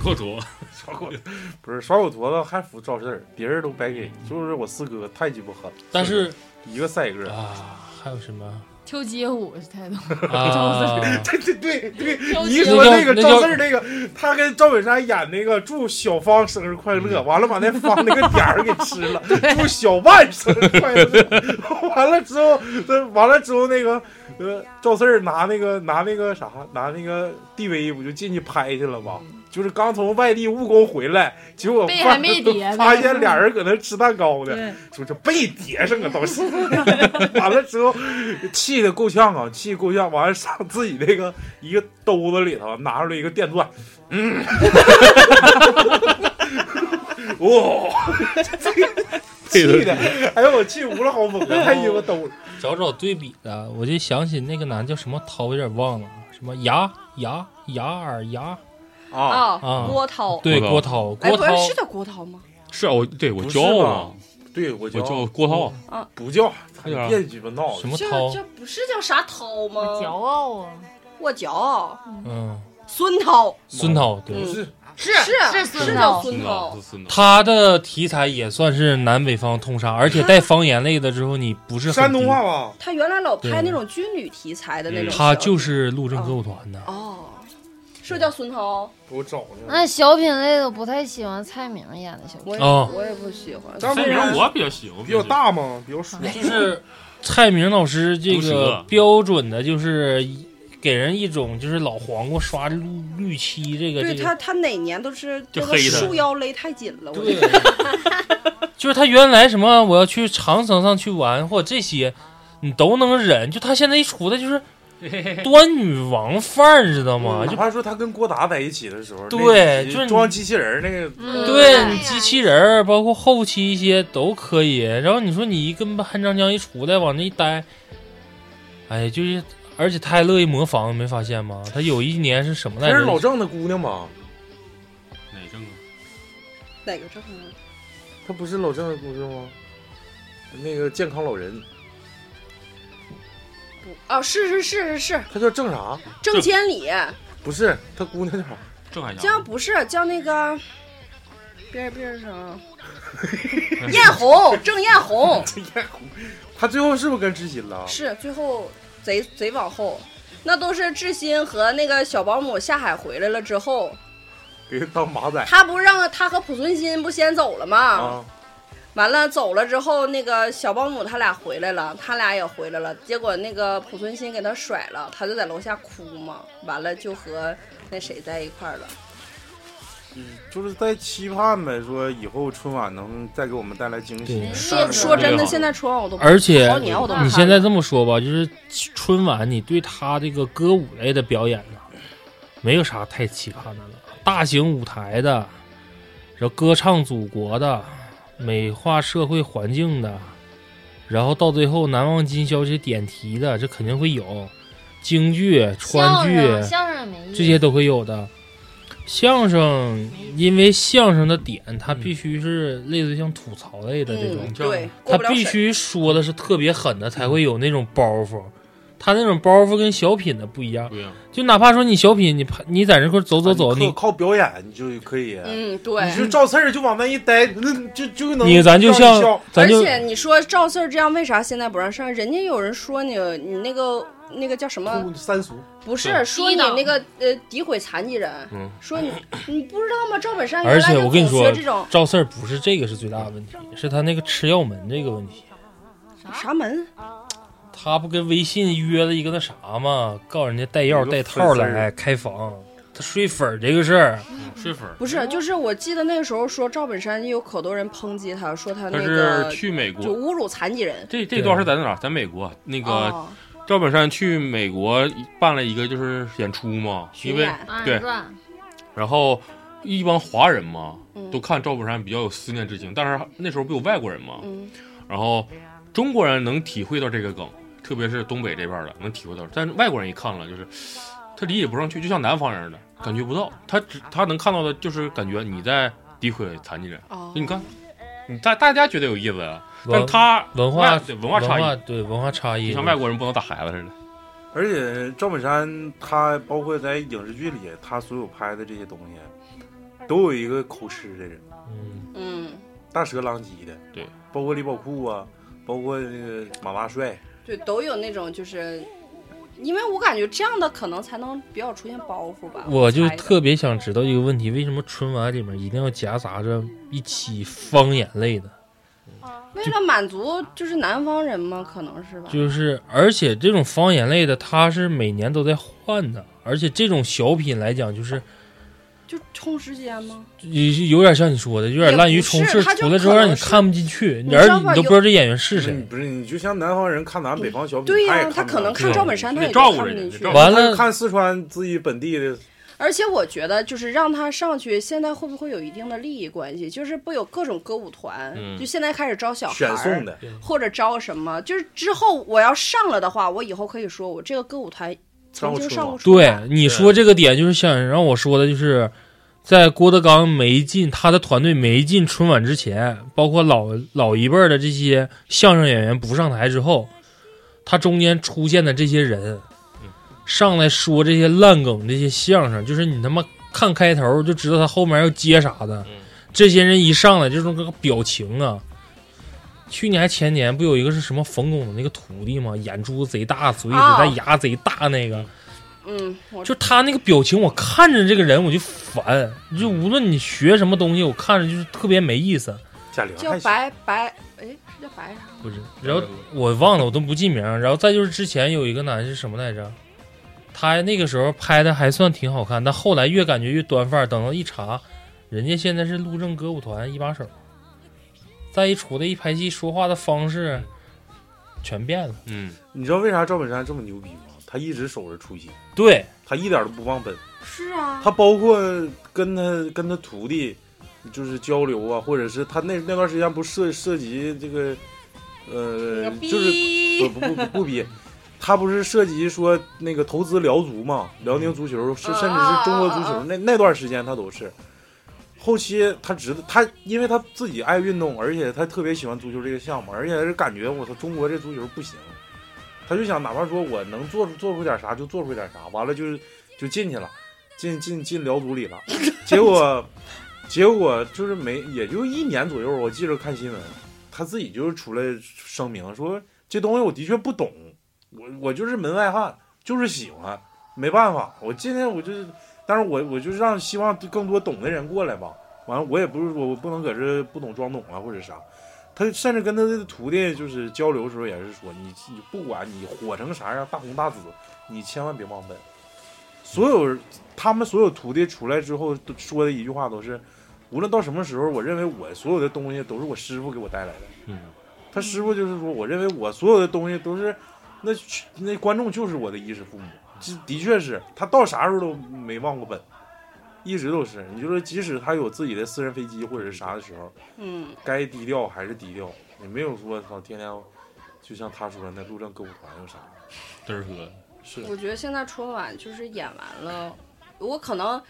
够多，
[laughs] 耍狗 [laughs] 不是耍狗坨子还服赵四儿，别人都白给，就是我四哥太鸡巴狠了，
但是
一个赛一个。
啊，还有什
[laughs]
么
跳街舞是太多，
啊？ [laughs]
对对对对，
赵
你一
四
说
那叫
那个
那
赵
叫
四儿那个，他跟赵本山演那个祝小芳生日快
嗯
乐，完了把那芳那个点儿给吃
[laughs]
了，祝小曼生日快乐， [laughs] 完了之后，呃完了之后那个呃赵四儿拿那个拿那个啥拿那个 DV 不就进去拍去了吗？就是刚从外地务工回来，结果
背
发
嗯
[laughs]
还没叠呢
发现俩人搁那吃蛋糕呢，
对，
说这被叠上啊，都
[laughs]
是。完了之后， [laughs] 气的够呛啊，气得够呛。完了上自己那个一个兜子里头拿出来一个电钻，
[laughs]
嗯，哇、气的，哎呦我气无了好猛
哦
啊！太鸡巴兜了，
找找对比的，我就想起那个男叫什么涛，我有点忘了，什么牙牙牙耳牙
啊，
啊
郭涛，
对
郭
郭涛，
哎，
郭
不
涛
是是叫郭涛吗？
是啊，我对我
不是
骄傲
吧
嘛，？
对，我
我
骄
叫
傲，
郭涛，啊
啊
哎
不叫，
有点儿
别鸡巴闹了
什。么
叫
涛？
叫不是叫啥涛吗？
骄傲啊！
我骄傲，
嗯，
孙涛嗯
孙涛对
不。是，
是是
是孙哦
叫
涛
孙哦涛
是，孙涛，哦
他的题材也算是南北方通杀，而且带方言类的之后，你不是很
山东话
低
吧？
他原来老拍
对
那种军旅题材的那种小品，
他就是路政歌舞团的。
哦，是叫孙涛，
我找呢。
[laughs]
哎
那小品类的我不太喜欢蔡明演的小品，
我也
哦
我也不喜欢，
张
虽
明
然
我比较喜欢，
比较，大吗？比较爽。
哎
就是蔡明老师这
毒
个
舌
标准的，就是给人一种就是老黄瓜刷绿绿漆这个
对
这
他
个，
他哪年都是
就
这个
黑的
束腰勒太紧了，我觉
对
得，
就是他原来什么我要去长城上去玩或者这些，你都能忍，就他现在一出来就是端女王范儿，知道吗？
嗯
哪
就
怕说他跟郭达在一起的时候，
对
那
就是你
装机器人儿那个，呃
嗯
哎
对
对
你
呀
机器人儿，包括后期一些都可以。然后你说你一跟韩长江一出来，往那一待，哎，就是，而且他还乐意模仿，你没发现吗？他有一年是什么
那
来
是老
着？
郑的姑娘吗？
哪正啊？
哪个正呢？
她不是老郑的姑娘吗？那个健康老人，
不哦，是是是是是，
他叫郑啥？
郑千里，
不是，他姑娘叫啥？
郑海
叫
霞，
不是叫那个。边边上，艳
[laughs]
红，郑艳红
他最后是不是跟知心了？
是最后贼贼往后，那都是志新和那个小保姆下海回来了之后，
给他当马仔
他不是让他和濮存昕不先走了吗？
啊！
完了走了之后，那个小保姆他俩回来了，他俩也回来了。结果那个濮存昕给他甩了，他就在楼下哭嘛。完了就和那谁在一块儿了。
嗯就是在期盼呗，说以后春晚能再给我们带来惊喜
对。
嗯说说真
好
的，现在春晚我都不
而且
好几年我都不看
你
了
现在这么说吧，就是春晚，你对他这个歌舞类的表演呢，没有啥太期盼的了。大型舞台的，然后歌唱祖国的，美化社会环境的，然后到最后难忘今宵这些点题的，这肯定会有。京剧、川
相
剧
声相声没意思，
这些都会有的。相声，因为相声的点，它
嗯
必须是类似于像吐槽类的这种，
嗯，
这样
对，过
他
不了
必
审
须说的是特别狠的，才会有那种包袱。他那种包袱跟小品的不一样，
对呀，
就哪怕说你小品，你拍你在这块走走走，
啊你
你
靠靠表演你就可以，啊
嗯，
你 [laughs] 就
对。
照刺儿就往那一待，那就就能
你咱就
让你
像
笑
咱
而
就
且你说赵四儿这样，为啥现在不让上？人家有人说你，你那个那个叫什么？
哭三俗，嗯
不是
对
说你
低档
那个呃诋毁残疾人，
嗯
说你你不知道吗？赵本山原
而
来
且
就
我跟你
总
说
学这种，
赵四儿不是这个是最大的问题，是他那个吃药门这个问题。
啥门？
他不跟微信约了一个那啥吗？告人家带药
有个
带套
粉丝
来
儿嗯
开房，他睡粉儿这个事嗯儿，
睡粉儿，
不是，就是我记得那个时候说赵本山有可多人抨击他，说他
他
那
是
个
去美
就
国。
侮辱残疾人。
这这段是在哪儿？在美国，啊那个
哦、
赵本山去美国办了一个就是演出嘛，因
巡
为
演啊
二
对
人转
然后一帮华人嘛
嗯，
都看赵本山比较有思念之情，但是那时候不有外国人嘛，
嗯，
然后中国人能体会到这个梗，特别是东北这边儿的能体会到，但是外国人一看了就是他理解不上去，就像南方人似的感觉不到，他只他能看到的就是感觉你在诋毁残疾人，
哦，
就你看，你大大家觉得有意思啊，但
文
是他
文化
外对文化差
文化
异，
对文化差异，
就像外国人不能打孩子似的，
而且赵本山他包括在影视剧里，他所有拍的这些东西，都有一个口吃的人，
嗯，
嗯，
大舌狼藉的，
对，
包括李宝库啊，包括那个马大帅，
对，都有那种就是，因为我感觉这样的可能才能比较出现包袱吧。
我就
猜的
特别想知道一个问题，为什么春晚里面一定要夹杂着一起方言类的？
为了满足就是南方人嘛，可能是吧。
就是而且这种方言类的，它是每年都在换的，而且这种小品来讲，就是
就冲时间吗？
有有点像你说的，有点滥竽充
也不
事，
是它就
出来之后
可能
让你
是
看不进去，
你知
而
道
你
吧
都
有
不知道这演员是
嗯
谁。
不是你就像南方人看咱北方小品，
对呀、
也
他
看不
可能
了
看赵本山，他
对
也
照
看
顾
不
人
进
家
去
照。顾
完了
看看四川自己本地的，
而且我觉得，就是让他上去，现在会不会有一定的利益关系？就是不有各种歌舞团，
嗯
就现在开始招小孩
选
儿
送的，
或者招什么，就是之后我要上了的话，我以后可以说我这个歌舞团曾经上过春
对
晚，
你说这个点，就是想让我说的，就是在郭德纲没进他的团队没进春晚之前，包括老老一辈儿的这些相声演员不上台之后，他中间出现的这些人，上来说这些烂梗、这些相声，就是你他妈看开头就知道他后面要接啥的。这些人一上来就是那个表情啊。去年还前年不有一个是什么冯巩的那个徒弟吗？眼珠子贼大，嘴贼大，
哦
牙贼大那个。
嗯，我
就他那个表情，我看着这个人我就烦。就无论你学什么东西，我看着就是特别没意思。
贾玲
叫白白，哎，是叫白啥？
不是，然后我忘了，我都不记名儿。然后再就是之前有一个男是什么来着？他那个时候拍的还算挺好看，但后来越感觉越端范儿。等到一查，人家现在是路政歌舞团一把手，再一出来一拍戏，说话的方式全变了。
嗯，
你知道为啥赵本山这么牛逼吗？他一直守着初心，
对，
他一点都不忘本。
是啊，
他包括跟他跟他徒弟，就是交流啊，或者是他那那段时间不涉涉及这个，呃，就是
逼
不不不不不比，他不是涉及说那个投资辽足嘛，辽宁足球，甚甚至是中国足
啊啊啊
球，那那段时间他都是。后期他知道他，因为他自己爱运动，而且他特别喜欢足球这个项目，而且是感觉我操，中国这足球不行，他就想哪怕说我能做出做出点啥就做出点啥，完了就是就进去了，进进进辽足里了，结果结果就是没也就一年左右，我记着看新闻，他自己就是出来声明说这东西我的确不懂，我我就是门外汉，就是喜欢，没办法，我今天我就，但是我我就让希望更多懂的人过来吧。完了，我也不是说我不能搁这不懂装懂啊或者啥，他甚至跟他的徒弟就是交流的时候也是说，你你不管你火成啥样，大红大紫，你千万别忘本。所有他们所有徒弟出来之后都说的一句话都是，无论到什么时候，我认为我所有的东西都是我师傅给我带来的。
嗯，
他师傅就是说，我认为我所有的东西都是，那那观众就是我的衣食父母，这的确是他到啥时候都没忘过本，一直都是。你就说，即使他有自己的私人飞机或者是啥的时候， [laughs]
嗯，
该低调还是低调，也没有说操天天，就像他说的那路政歌舞团有啥
嘚儿喝，
是
我觉得现在春晚就是演完了，我可能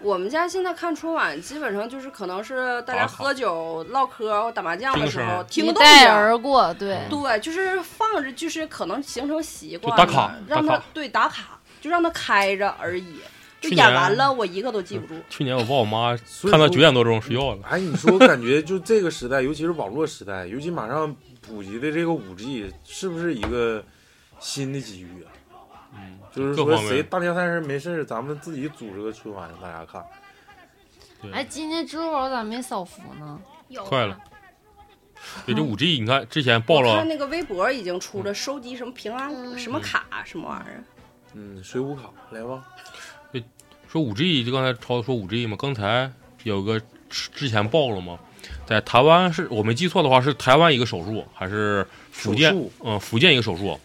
我们家现在看春晚，基本上就是可能是大家
打卡
喝酒、唠嗑或打麻将的时候听
一
个动
带
静儿。嗯
而过，对，
对，就是放着，就是可能形成习惯了，
就打卡
让
打
他
卡
对打卡，就让他开着而已。就
去
演
年嗯
完了，我一个都记不住。
去年我爸我妈
所以
看到
说
九点多钟睡觉了，
哎，你说我感觉就这个时代，尤其是网络时代，尤其马上普及的这个五 G，是不是一个新的机遇啊？
嗯，
就是
各
说
方面
谁大年三十没事儿咱们自己组织个春晚让大家看。
哎，今年支付宝咋没扫福呢？
有
快了。也就五 G，你看之前报
我
了嗯
看，那个微博已经出了收集什么平安、什么卡什么玩意儿，
嗯，水浒卡来吧，
说五 G，就刚才超说五 G 嘛，刚才有个之之前报了嘛，在台湾是我没记错的话，是台湾一个手术还是福建
手术？
嗯，福建一个手术，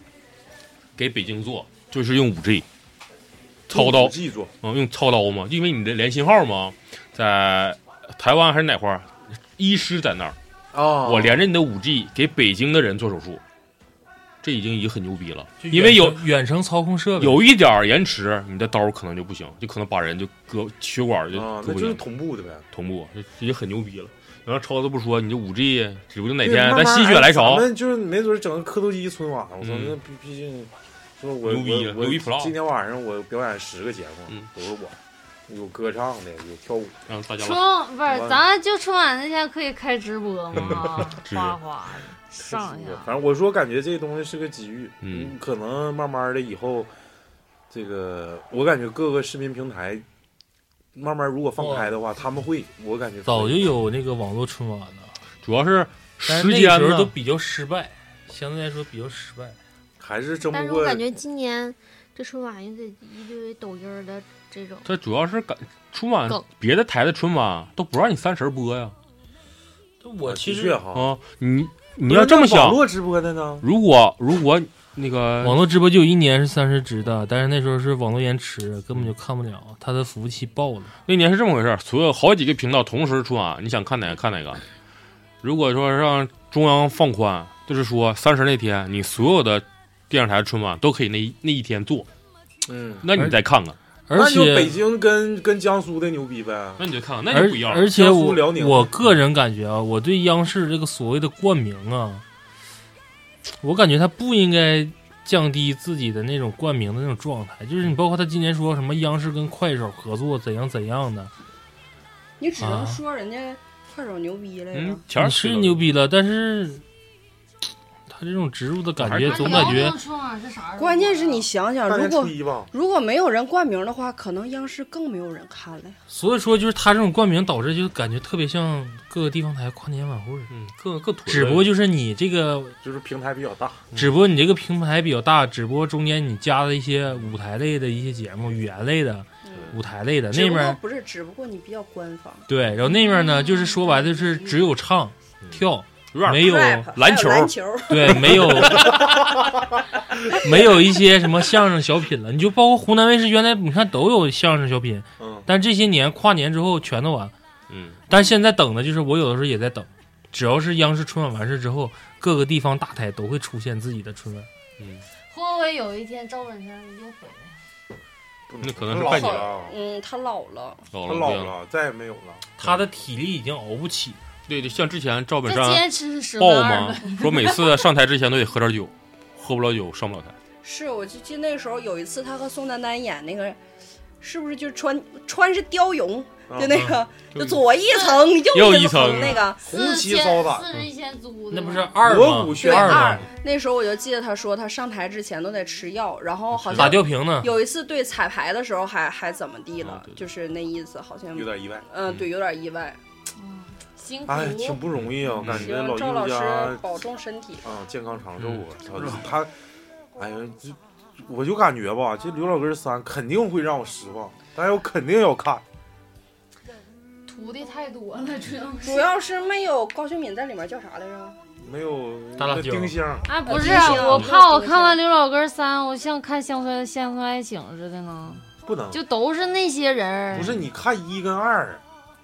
给北京做，就是用五 G，操刀，
记住，
嗯，用操刀嘛，因为你的连信号嘛，在台湾还是哪块儿，医师在那儿，
啊，
我连着你的五 G 给北京的人做手术，这已经已经很牛逼了，
就
因为有
远程远程操控设备，
有一点儿延迟，你的刀可能就不行，就可能把人就割血管就
啊，
割
那
不
就是
行，
同步的呗。
同步，这已经很牛逼了。然后超子不说，你这五 G 指不定哪
对
天啊
慢
咱
慢
心血
哎
来潮
咱，们就是没准整个磕头机春晚，我操，
嗯
那毕毕竟说我
牛逼啊
我
牛逼 plus
我今天晚上我表演十个节目，
嗯
都是我。有歌唱的，有跳舞的，
让大家
春
来？
不是，咱就春晚那天可以开直播吗
[laughs] 直播
哗哗上一下，
反正我说，感觉这东西是个机遇，
嗯，
可能慢慢的以后，这个我感觉各个视频平台，慢慢如果放开的话，他们会，我感觉
早
会
就有那个网络春晚了，
主要是
但
时
是那个
间
时候都
呢，
比较失败，相对来说比较失败。
还是争
但
不
是我
过
感觉今年这春晚又得一堆抖音儿的这种，
它主要是赶春晚
梗，
别的台的春晚都不让你三十儿播呀
我其
的确
实
哈，
啊！你你要这么
那网
想，
络直播的呢？
如果如果那个
网络直播就有一年是三十直的，但是那时候是网络延迟，根本就看不了，它的服务器爆了。
那年是这么回事儿，所有好几个频道同时春晚，你想看哪个看哪个。如果说让中央放宽，就是说三十那天，你所有的电视台春晚都可以那一那一天做，
嗯，
那你再看看，
而
那就北
且
京跟跟江苏的牛逼呗。
那你就看看，那
而
就不一样了。
而且
江苏
我
辽宁
我个人感觉啊，我对央视这个所谓的冠名啊，我感觉他不应该降低自己的那种冠名的那种状态。就是你包括他今年说什么央视跟快手合作怎样怎样的，
你只
啊
能说人家快手牛逼了呀
嗯。，前儿
你是牛逼了，但是他这种植入的感觉，
还是
总感觉
关键是你想想，
大
如
年初
果
一吧，
如果没有人冠名的话，可能央视更没有人看了呀。
所以说，就是他这种冠名导致，就感觉特别像各个地方台跨年晚会。
嗯，各各腿。
只不过就是你这个，
就是平台比较大，
只不过你这个平台比较大，只不过中间你加了一些舞台类的一些节目、语言类的、舞台类的
嗯只
那
不过
边
不是，只不过你比较官方，
对，然后那边呢，就是说白了就是只有唱、跳，
有点
没有
rap，还有
篮球
篮球，
[laughs] 对，没有没有一些什么相声小品了。你就包括湖南卫视原来你看都有相声小品，
嗯，
但这些年跨年之后全都完了。
嗯，
但现在等的就是我有的时候也在等，只要是央视春晚完事之后，各个地方大台都会出现自己的春晚。
会不会有一天赵本山又回来？
那可能是
老
拜年
了，啊
嗯，他老了，
老
他
了
老
不一样了。
了，再也没有了。
他的体力已经熬不起，
对对，像之前赵本
这
山
坚持是十
爆
分二
嘛
分，，
说每次上台之前都得喝点酒，喝不了酒上不了台。
是我就记得那时候有一次他和宋丹丹演那个，是不是就穿穿是貂绒，就
啊
那个就左一层
右
右
一层
那个。
红
四
旗
千
招展
四十一千
嗯
租的
那不
吗
是二
锣
吗
鼓？
对
喧
二
二
吗？
那时候我就记得他说他上台之前都得吃药，然后好
打
像
吊瓶呢？
有一次对彩排的时候还还怎么地了
啊，对
就是那意思好像
有点意外。
嗯对有点意外。
嗯辛苦。
哎，挺不容易啊，感觉
希望
老
赵老
艺术
师
家
保重身体。
啊，健康长寿
嗯
啊！操、他，哎呀，这我就感觉吧，这《刘老根三》肯定会让我失望，但是我肯定要看。
徒弟太多了，主要
主要是没有高秀敏在里面叫啥来着？
没有
大辣椒
那丁香，
啊，不是
呃冰箱
我怕我看完《刘老根三》，我像看乡村乡村爱情似的呢，
不能
就都是那些人儿。
不是你看一跟二，啊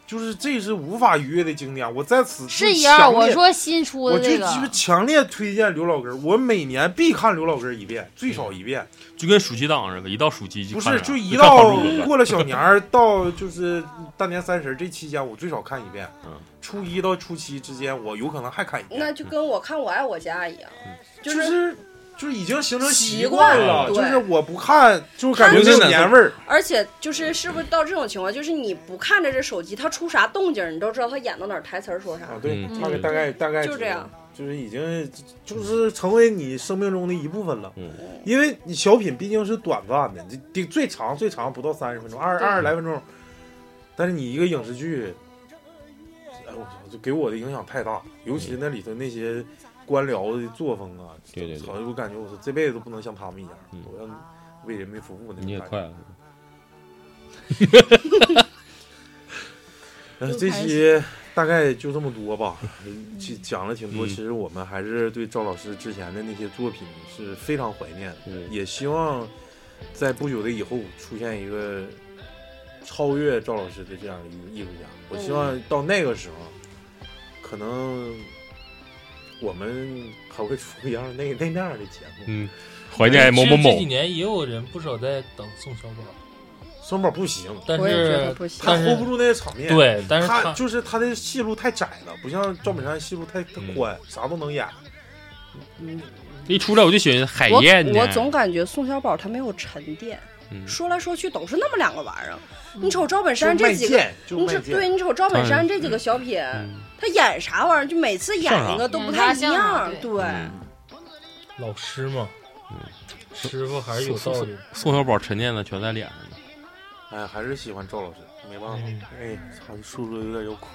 就是这是无法逾越的经典。我在此
是一
强
样，
烈
我说新出
我
的
就
这
鸡
个，
巴强烈推荐刘老根儿，我每年必看刘老根儿一遍，最少一遍。
就跟暑期档似的，一到暑期就
不
看
是，
啥
就一
看
到
黄鼠狼
过了小年儿到就是大年三十儿这期间，我最少看一遍
嗯。
初一到初七之间，我有可能还看一遍。
那就跟我看《我爱我家》一样，
就
就是
是就是已经形成习
习惯了
了，
对
就是我不看，就是感觉
看
没
着
有年味儿。
而且就是是不是到这种情况，就是你不看着这手机，他出啥动静儿，你都知道他演到哪儿，台词儿说啥
啊，。对，
嗯
大概大概大概
就
知
这
道
样，
就是已经就是成为你生命中的一部分了。
嗯，
因为你小品毕竟是短暂的，你顶最长最长不到三十分钟，二
对
二十来分钟。但是你一个影视剧，哎我操，就给我的影响太大，尤其是那里头那些官僚的作风啊，
对对对
操，我感觉我说这辈子都不能像他们一样，
嗯
我要为人民服务那种
你也
感觉
快了，
呃，
又
这
开
期大概就这么
[laughs]
多吧，嗯其讲了挺
嗯
多。其实我们还是对赵老师之前的那些作品是非常怀念的，
嗯
也希望在不久的以后出现一个超越赵老师的这样的一个艺术家。我希
嗯
望到那个时候，可能我们还会出一样那那那样的节目。
嗯，怀念某某
其实这
某
几，年也有人不少在等宋小宝，
双宝不行，
但
我也觉得
是
不行
他
但
hold 不
是
住那些场面。。
对，但是
他就是他的戏路太窄了，不像赵本山戏路太太
嗯
宽，啥都能演。
一出来我就寻思海
我
燕呢，
我总感觉宋小宝他没有沉淀，
嗯
说来说去都是那么两个玩意儿。
嗯
你瞅赵本
就
山这
卖
几个，
贱，就
你
卖
瞅
贱。
对，你瞅赵本山这几个小品，
嗯
他演啥玩意儿，就每次演一个都不太一
像啥
样。
像啥
对，
嗯
老师嘛，师傅还是有道理的。
宋小宝沉淀的全在脸上呢。
哎，还是喜欢赵老师，没办
嗯
法。哎，操，说说有点要哭。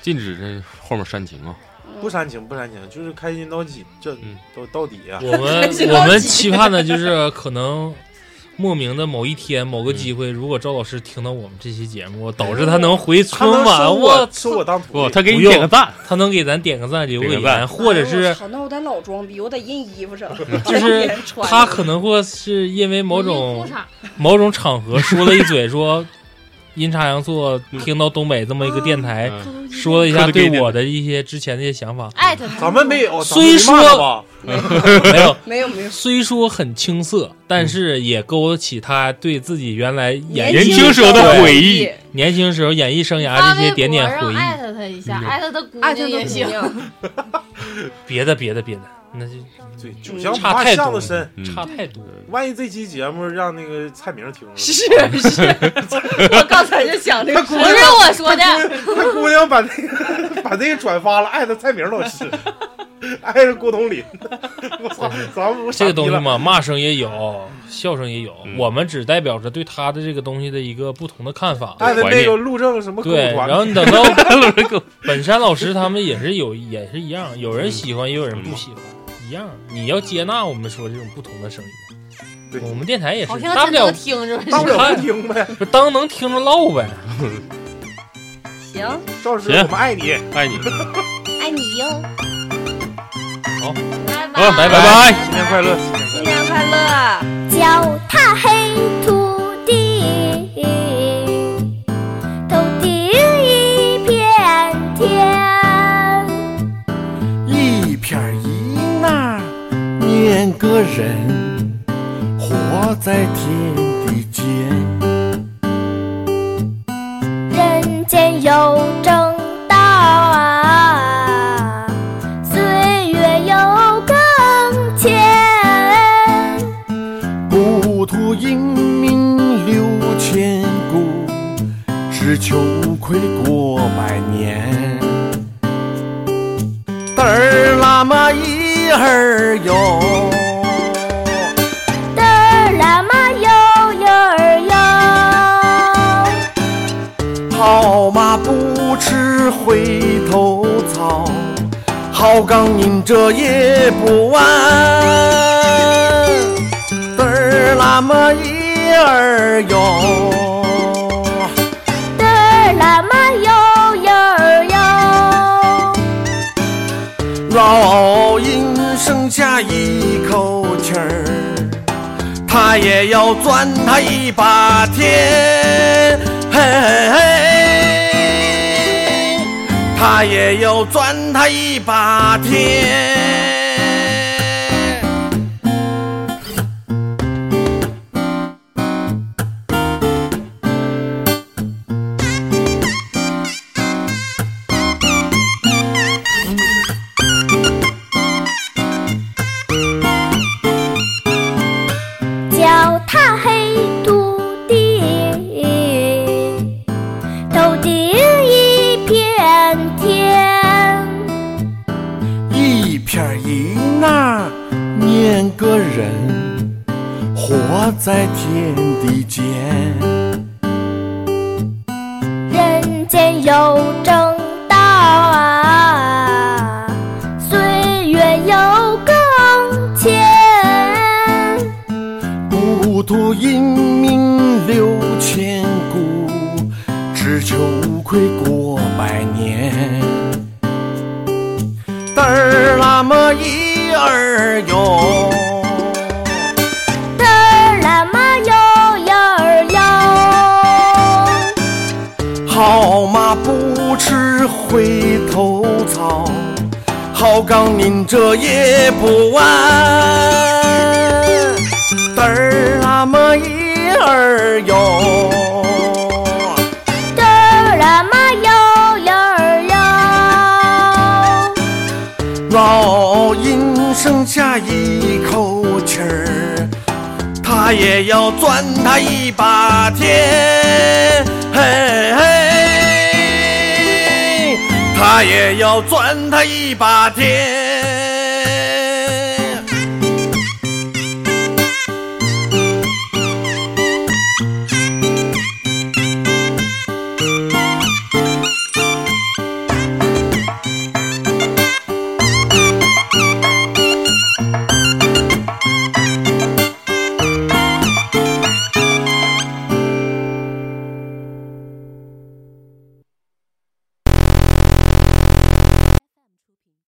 禁止这后面煽情啊！
不煽情，不煽情，就是开心到底，这
嗯
到到底哎啊呀。
我
[laughs]
[laughs]
们我们期盼的就是可能莫名的某一天某个机会，如果赵老师听到我们这期节目，导致他能回
他
春
能
晚，
收
我
我收我当徒
不，
弟，
他给你
不用
点个赞，
他能给咱点个赞，留
点
个
个赞
言，或者
哎呦我 [laughs]
是
操那我得老装逼，我得印衣服上，
嗯
[laughs]
[laughs]
就是
啊
他可
能
能会是因为某
裤
种
衩
某种场合说了一嘴说阴差阳错听到东北这么一个电台
嗯
说了一下
可得给
对
点
我的一些之前的一些想法，
艾特他
嗯咱们没有，咱们
虽
没骂他
说
吧，
[laughs] 没有，
没有没有
虽说很青
嗯
涩，但是也勾起他对自己原来演
年轻时候的回忆
对年轻时候演艺生涯
发
这些点点
微博
回
让艾
忆。
特他一下，
嗯
艾特他姑
艾
娘
特
也行。
的姑
别的，别的，别的，那就
对，酒香不
差
怕
太
巷
多
子
了，
深。
嗯
差太多了。
万一这期节目让那个蔡明听了，
娘
[laughs]
是是，我刚才就想这个事
不是我说的，
他姑娘把那个 [laughs] 把那个转发了，艾特蔡明老
[laughs]
师，艾特郭冬临。 [laughs] 我操，咱们我
这个东西
嘛，
嘛，骂声也有，笑声也有，
嗯
我们只代表着对他的这个东西的一个不同的看法。
艾特
怀
那
念
个路政什么歌
对，
舞团
然后你等
[laughs]
到本山老师他们也是有，也是一样，有
嗯
人喜欢，也有人不喜欢，一样。你要接纳我们说这种不同的声音，
对
我们电台也
好
是，
像
大不
真能
了
听着。
大不了不听呗。
不当能听着唠呗。
行，
赵
[laughs]
师，
行
我们爱你。
爱
[laughs]
你，
爱你哟。
拜
好哦拜
拜
新年快乐！
新年快乐。
脚踏黑土地，头顶一片天。
一撇儿一捺念个人，活在天地间。
人间有正道啊，岁月有更迁。
故土英名留千古，只求愧过百年。嘚儿啦嘛一儿哟，
嘚儿啦嘛哟哟儿哟，
好马不吃回头草，好钢拧着也不弯。嘚儿啦嘛一儿哟，
嘚儿啦嘛哟哟儿哟。
老鹰剩下一口气儿，它也要钻它一把天，嘿嘿嘿，它也要钻它一把天。
脚踏黑土地，头顶一片天。
一撇儿一捺念个人，活在天地间。
人间有正道啊，岁月有更迁。
故土英名留千古，只求愧过百年。嘚儿啦么一儿哟，
嘚儿啦嘛哟哟儿哟，
好马不吃回头草，好钢拧着也不弯。嘚儿啦么一儿哟。
嘚儿啦嘛哟哟儿哟。
老鹰剩下一口气儿，它也要钻它一把天，嘿嘿，它也要钻它一把天。